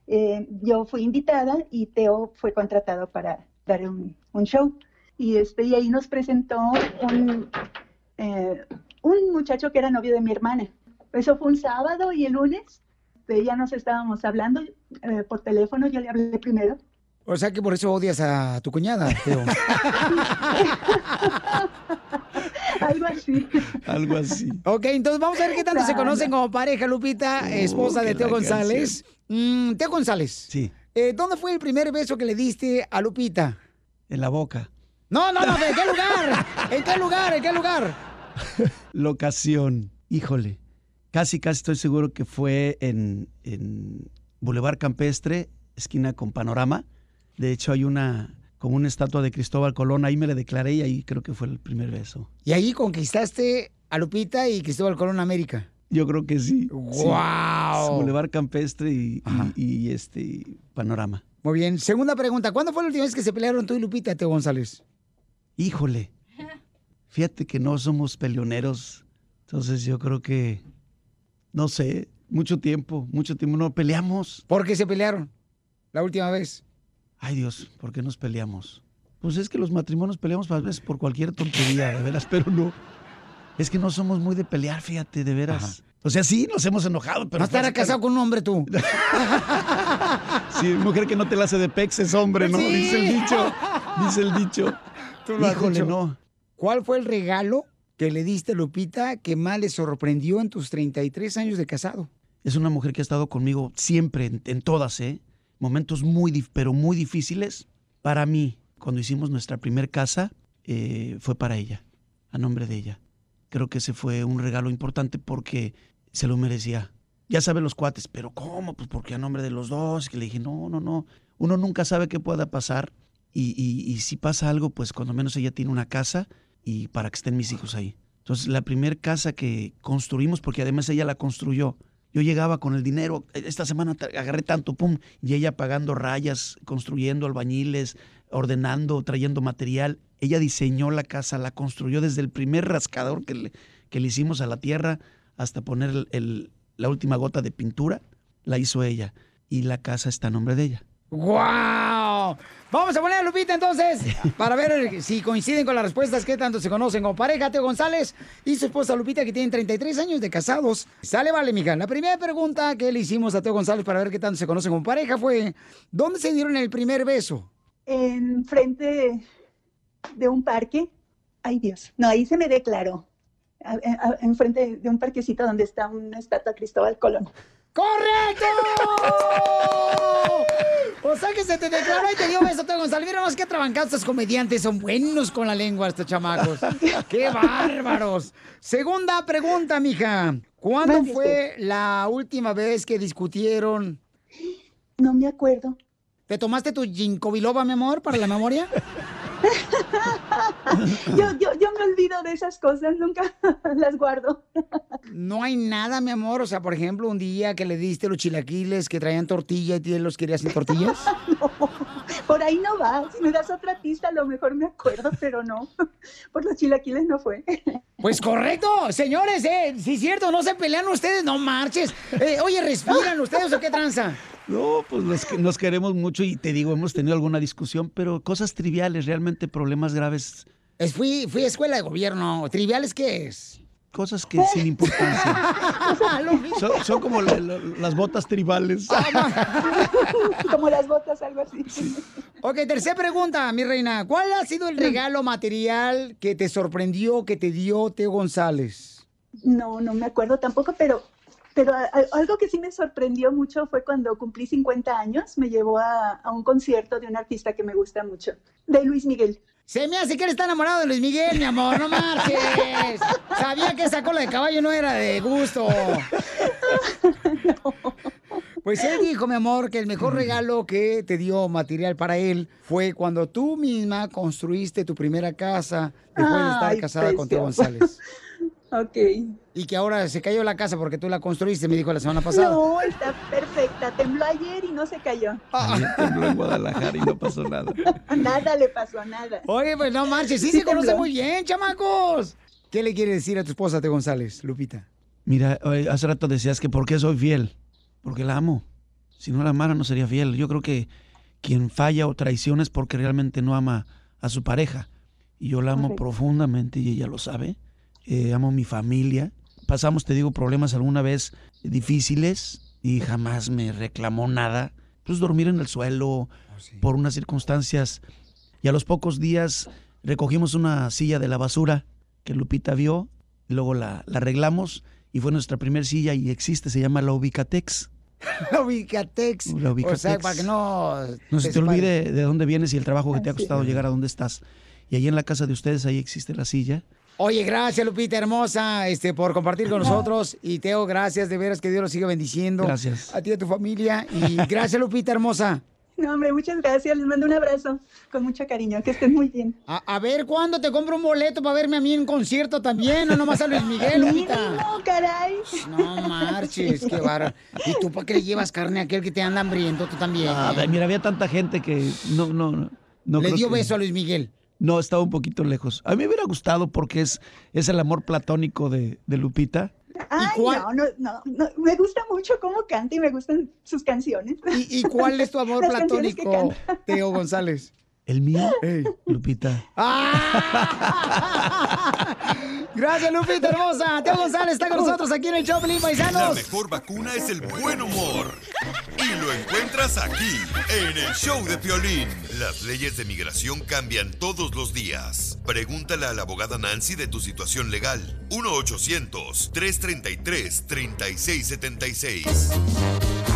eh, yo fui invitada y Teo fue contratado para dar un, un show. Y, este, y ahí nos presentó un, eh, un muchacho que era novio de mi hermana. Eso fue un sábado y el lunes este, ya nos estábamos hablando eh, por teléfono, yo le hablé primero. O sea que por eso odias a tu cuñada, Teo. Algo así. Algo así. Ok, entonces vamos a ver qué tanto se conocen como pareja, Lupita, esposa que de Teo la González. Mm, Teo González. Sí, eh, ¿Dónde fue el primer beso que le diste a Lupita? en la boca. No, no, no, ¿en qué lugar? ¿En qué lugar? ¿En qué lugar? Locación, híjole. Casi, casi estoy seguro que fue en, en Boulevard Campestre, esquina con panorama. De hecho, hay una, como una estatua de Cristóbal Colón. Ahí me le declaré y ahí creo que fue el primer beso. Y ahí conquistaste a Lupita y Cristóbal Colón América. Yo creo que sí. ¡Guau! Sí. Boulevard Campestre y, y- y, este y panorama. Muy bien. Segunda pregunta. ¿Cuándo fue la última vez que se pelearon tú y Lupita, Teo González? Híjole. Fíjate que no somos peleoneros. Entonces yo creo que, no sé, mucho tiempo, mucho tiempo no peleamos. ¿Por qué se pelearon la última vez? Ay Dios, ¿por qué nos peleamos? Pues es que los matrimonios peleamos a veces por cualquier tontería, de veras, pero no. Es que no somos muy de pelear, fíjate, de veras. O sea, sí, nos hemos enojado, pero... no estarás casado con un hombre tú. Sí, mujer que no te la hace de pex es hombre, ¿no? Sí. Dice el dicho. Dice el dicho. Híjole, no. ¿Cuál fue el regalo que le diste a Lupita que más le sorprendió en tus 33 años de casado? Es una mujer que ha estado conmigo siempre, en, en todas, ¿eh? Momentos muy, dif- pero muy difíciles. Para mí, cuando hicimos nuestra primer casa, eh, fue para ella, a nombre de ella. Creo que ese fue un regalo importante porque se lo merecía. Ya saben los cuates, pero ¿cómo? Pues porque a nombre de los dos. Que le dije, no, no, no. Uno nunca sabe qué pueda pasar. Y, y- y si pasa algo, pues cuando menos ella tiene una casa y para que estén mis hijos ahí. Entonces, la primera casa que construimos, porque además ella la construyó, yo llegaba con el dinero, "E-, esta semana tra- agarré tanto, pum, y ella pagando rayas, construyendo albañiles, ordenando, trayendo material. Ella diseñó la casa, la construyó desde el primer rascador que le, que le hicimos a la tierra hasta poner el- el- la última gota de pintura, la hizo ella. Y la casa está a nombre de ella. ¡Wow! Vamos a poner a Lupita entonces para ver si coinciden con las respuestas que tanto se conocen como pareja. Teo González y su esposa Lupita que tienen 33 años de casados. Sale, vale, mija. La primera pregunta que le hicimos a Teo González para ver qué tanto se conocen como pareja fue ¿dónde se dieron el primer beso? en frente de, de un parque. Ay Dios, no, ahí se me declaró. A- a- a- Enfrente de un parquecito donde está una estatua de Cristóbal Colón. ¡Correcto! O sea que se te declaró y te dio beso, Teo González. Mira más que trabancados estos comediantes. Son buenos con la lengua estos chamacos. ¡Qué bárbaros! Segunda pregunta, mija. ¿Cuándo Mande fue la última vez que discutieron? No me acuerdo. ¿Te tomaste tu ginkgo biloba, mi amor, para la memoria? Yo, yo, yo me olvido de esas cosas, nunca las guardo. No hay nada, mi amor. O sea, por ejemplo, un día que le diste los chilaquiles que traían tortilla y tú los querías sin tortillas. Por ahí no va. Si me das otra pista, a lo mejor me acuerdo, pero no. Por los chilaquiles no fue. Pues correcto, señores, eh, sí es cierto, no se pelean ustedes, no marches. Eh, oye, respiran ustedes o qué tranza. No, pues nos, que- nos queremos mucho y te digo, hemos tenido alguna discusión, pero cosas triviales, realmente problemas graves. fui, fui a escuela de gobierno. ¿Triviales qué es? Cosas que sin importancia. Son, son como la- la- las botas tribales. Ah, Como las botas, algo así. Ok, tercera pregunta, mi reina. ¿Cuál ha sido el regalo material que te sorprendió que te dio Teo González? No, no me acuerdo tampoco, pero, pero a- a- algo que sí me sorprendió mucho fue cuando cumplí 50 años, me llevó a, a un concierto de un artista que me gusta mucho, de Luis Miguel. Se me hace que eres tan enamorado de Luis Miguel, mi amor, no marches. Sabía que esa cola de caballo no era de gusto. Pues él dijo, mi amor, que el mejor regalo que te dio material para él fue cuando tú misma construiste tu primera casa después de estar Ay, casada con Teo precioso. González. Ok. Y que ahora se cayó la casa porque tú la construiste, me dijo la semana pasada. No, está perfecta. Tembló ayer y no se cayó. Ah. Tembló en Guadalajara y no pasó nada. Nada le pasó a nada. Oye, pues no marches, sí, Sí se conoce tembló. muy bien, chamacos. ¿Qué le quiere decir a tu esposa, Teo González, Lupita? Mira, eh, hace rato decías que por qué soy fiel. Porque la amo. Si no la amara, no sería fiel. Yo creo que quien falla o traiciona es porque realmente no ama a su pareja. Y yo la amo Correcto. profundamente y ella lo sabe. Eh, amo a mi familia. Pasamos, te digo, problemas alguna vez difíciles y jamás me reclamó nada. Pues dormir en el suelo por unas circunstancias. Y a los pocos días recogimos una silla de la basura que Lupita vio, y luego la, la arreglamos y fue nuestra primer silla y existe, se llama la Ubicatex. La Ubicatex. La O sea, Ubicatex. para que no... No se te sepan. olvide de dónde vienes y el trabajo que te ha Así es. costado llegar a donde estás. Y ahí en la casa de ustedes, ahí existe la silla. Oye, gracias, Lupita hermosa, este, por compartir con nosotros. Y Teo, gracias, de veras, que Dios lo siga bendiciendo. Gracias. A ti y a tu familia. Y gracias, Lupita hermosa. No, hombre, muchas gracias. Les mando un abrazo con mucho cariño. Que estén muy bien. A, a ver, ¿cuándo te compro un boleto para verme a mí en un concierto también? No nomás a Luis Miguel, Lupita. Mínimo, caray. No marches, qué bárbaro. ¿Y tú para qué le llevas carne a aquel que te anda hambriento tú también? Ah, mira, había tanta gente que no, no, no. no Le creo dio que- beso a Luis Miguel. No, estaba un poquito lejos. A mí me hubiera gustado porque es, es el amor platónico de, de Lupita. Ay, no, no, no, no. Me gusta mucho cómo canta y me gustan sus canciones. ¿Y, cuál es tu amor platónico, Teo González? Ah, ¿El mío? Lupita. Gracias, Lupita hermosa. Teo González está con nosotros aquí en el show, Pelín La Paisanos. mejor vacuna es el buen humor. Y lo encuentras aquí, en el show de Piolín. Las leyes de migración cambian todos los días. Pregúntale a la abogada Nancy de tu situación legal. 1-800-333-3676.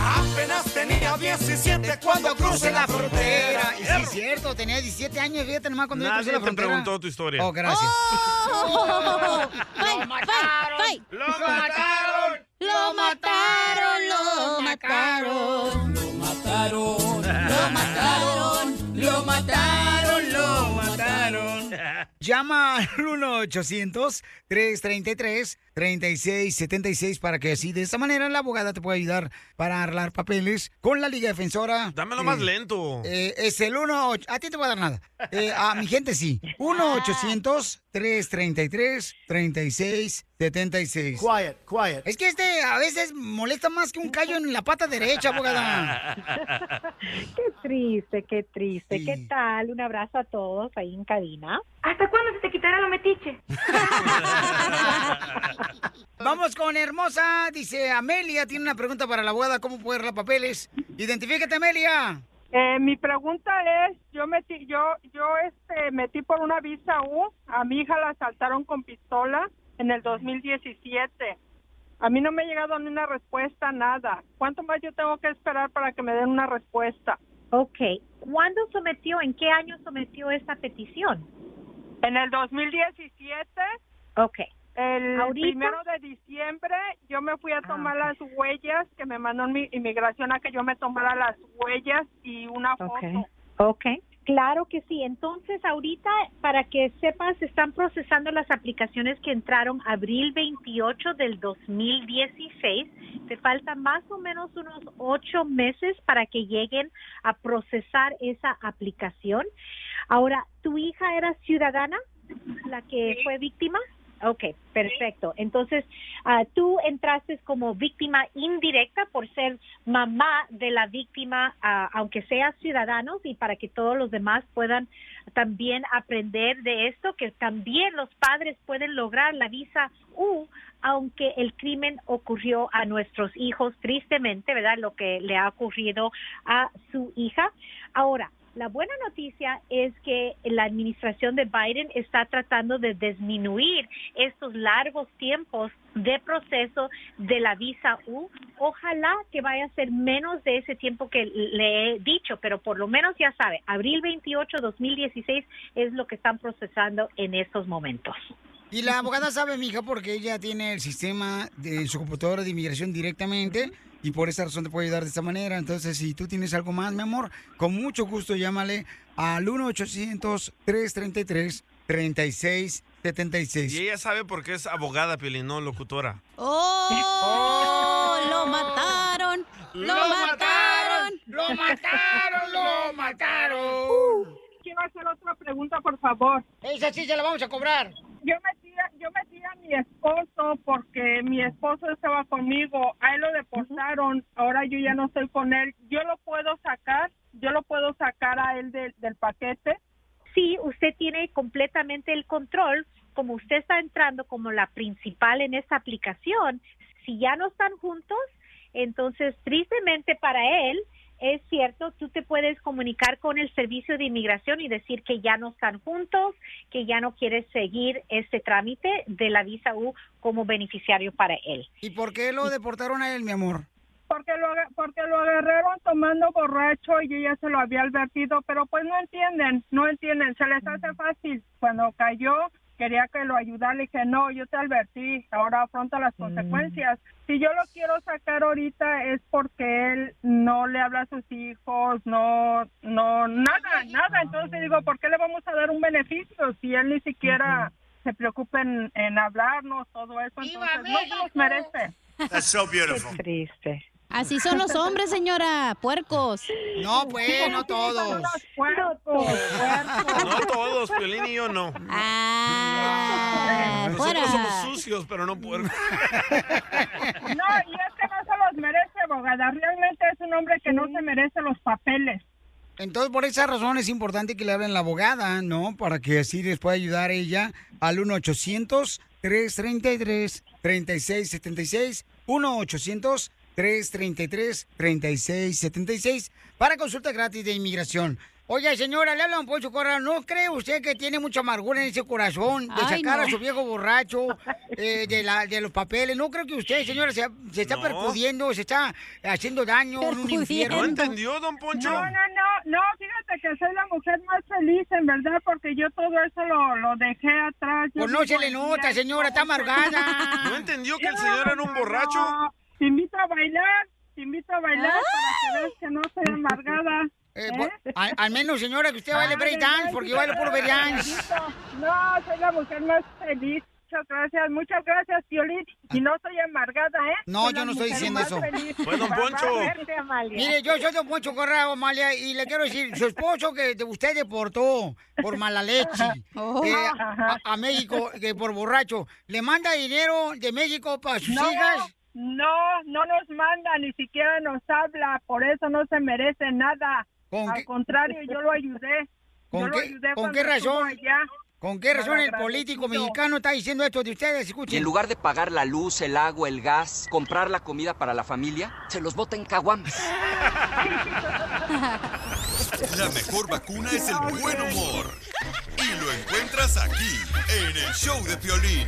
Apenas tenía 17 cuando crucé la frontera. Y sí, es cierto, tenía 17 años, fíjate nomás cuando yo crucé Nadie la te frontera. preguntó tu historia. Oh, gracias. ¡Lo mataron! ¡Lo mataron! ¡Lo mataron! ¡Lo mataron! ¡Lo mataron! ¡Lo mataron! ¡Lo mataron! ¡Lo mataron! Llama al 1-800-333-3676 para que así de esa manera la abogada te pueda ayudar para arreglar papeles con la Liga Defensora. Dámelo más lento. Eh, es el 1 A ti te voy a dar nada. Eh, a mi gente sí. Ah. 1-800-333-3676. Quiet, quiet. Es que este a veces molesta más que un callo en la pata derecha, abogada. Qué triste, qué triste. ¿Qué tal? Un abrazo a todos ahí en cabina. ¿Hasta cuándo se te quitará lo metiche? Vamos con hermosa, dice Amelia, tiene una pregunta para la abogada, ¿cómo puede arreglar papeles? Identifícate, Amelia. Eh, mi pregunta es, yo metí, yo, yo este, metí por una visa U, a mi hija la asaltaron con pistola en el 2017. A mí no me ha llegado ni una respuesta, nada. ¿Cuánto más yo tengo que esperar para que me den una respuesta? Ok. ¿Cuándo sometió, en qué año sometió esta petición? En el 2017, Ok. el ¿Ahorita? Ah, primero de diciembre, yo me fui a tomar las huellas que me mandó mi inmigración a que yo me tomara las huellas y una foto. Ok. Ok. Claro que sí. Entonces, ahorita, para que sepas, están procesando las aplicaciones que entraron abril 28 del 2016. Te faltan más o menos unos ocho meses para que lleguen a procesar esa aplicación. Ahora, ¿tu hija era ciudadana, la que fue víctima? Ok, perfecto. Entonces, ah, tú entraste como víctima indirecta por ser mamá de la víctima, ah, aunque seas ciudadanos, y para que todos los demás puedan también aprender de esto, que también los padres pueden lograr la visa U, aunque el crimen ocurrió a nuestros hijos, tristemente, ¿verdad? Lo que le ha ocurrido a su hija. Ahora, la buena noticia es que la administración de Biden está tratando de disminuir estos largos tiempos de proceso de la visa U. Ojalá que vaya a ser menos de ese tiempo que le he dicho, pero por lo menos ya sabe, abril 28, 2016 es lo que están procesando en estos momentos. Y la abogada sabe, mija, porque ella tiene el sistema de su computadora de inmigración directamente y por esa razón te puede ayudar de esta manera. Entonces, si tú tienes algo más, mi amor, con mucho gusto llámale al 1-800-333-3676. Y ella sabe por qué es abogada, Piolín, no locutora. ¡Oh! ¡Lo mataron! ¡Lo, ¡Lo mataron! ¡Lo mataron! ¡Lo mataron! Uh, Quiero hacer otra pregunta, por favor. Esa sí se la vamos a cobrar. Yo metí, a- yo metí a mi esposo porque mi esposo estaba conmigo. A él lo deportaron. Ahora yo ya no estoy con él. Yo lo puedo sacar. Yo lo puedo sacar a él del- del paquete. sí, usted tiene completamente el control, como usted está entrando como la principal en esta aplicación, si ya no están juntos, entonces tristemente para él, es cierto, tú te puedes comunicar con el servicio de inmigración y decir que ya no están juntos, que ya no quieres seguir este trámite de la visa U como beneficiario para él. ¿Y por qué lo deportaron a él, mi amor? porque lo aga- porque lo agarraron tomando borracho y yo ya se lo había advertido, pero pues no entienden, no entienden, se les hace fácil. Cuando cayó quería que lo ayudara, le dije, "No, yo te advertí, ahora afronta Mm. las consecuencias." Si yo lo quiero sacar ahorita es porque él no le habla a sus hijos, no no nada, nada, entonces digo, ¿por qué le vamos a dar un beneficio si él ni siquiera se preocupa en, en hablarnos todo eso? Entonces, no se los merece. That's so beautiful. triste. Así son los hombres, señora, puercos. No, pues, no todos. No todos, Piolín y yo no. Ah. Nosotros fuera. somos sucios, pero no puercos. No, y es que no se los merece, abogada. Realmente es un hombre que no se merece los papeles. Entonces, por esa razón es importante que le hablen a la abogada, ¿no? Para que así les pueda ayudar ella al 1-800-333-3676. 1-800-333-3676 para consulta gratis de inmigración. Oiga, señora, le hablan Poncho Corral. ¿No cree usted que tiene mucha amargura en ese corazón de Ay, sacar no. a su viejo borracho eh, de, la- de los papeles? ¿No creo que usted, señora, se, se está percudiendo, se está haciendo daño en un infierno? ¿No entendió, don Poncho? No, no, no, no, fíjate que soy la mujer más feliz, en verdad, porque yo todo eso lo, lo dejé atrás. Yo Pues no vivo se le aquí, nota, ahí señora, está todo. amargada. ¿No entendió que el No, señor era un no, borracho? no. Te invito a bailar, te invito a bailar para que veas que no soy amargada. Ah. Eh, bo- al, al menos, señora, que usted baile break dance, porque yo bailo puro break dance. No, soy la mujer más feliz. Muchas gracias, muchas gracias, Violín. Y no soy amargada, ¿eh? Ah. No, yo no estoy diciendo eso. Fue Don Poncho. Verte, Amalia. Mire, yo soy Don Poncho Corrao, Amalia, y le quiero decir, su esposo que de- usted deportó por mala leche Oh. eh, a, a México, que por borracho, ¿le manda dinero de México para sus No, hijas? no, no nos manda, ni siquiera nos habla, por eso no se merece nada. ¿Con Al qué- contrario, yo lo ayudé. ¿Con Yo lo qué- ayudé con cuando qué estuvo razón? allá. ¿Con qué razón el Malagradecido. político mexicano está diciendo esto de ustedes? Escuchen. Y en lugar de pagar la luz, el agua, el gas, comprar la comida para la familia, se los bota en caguamas. La mejor vacuna es el buen humor. Y lo encuentras aquí, en el show de Piolín.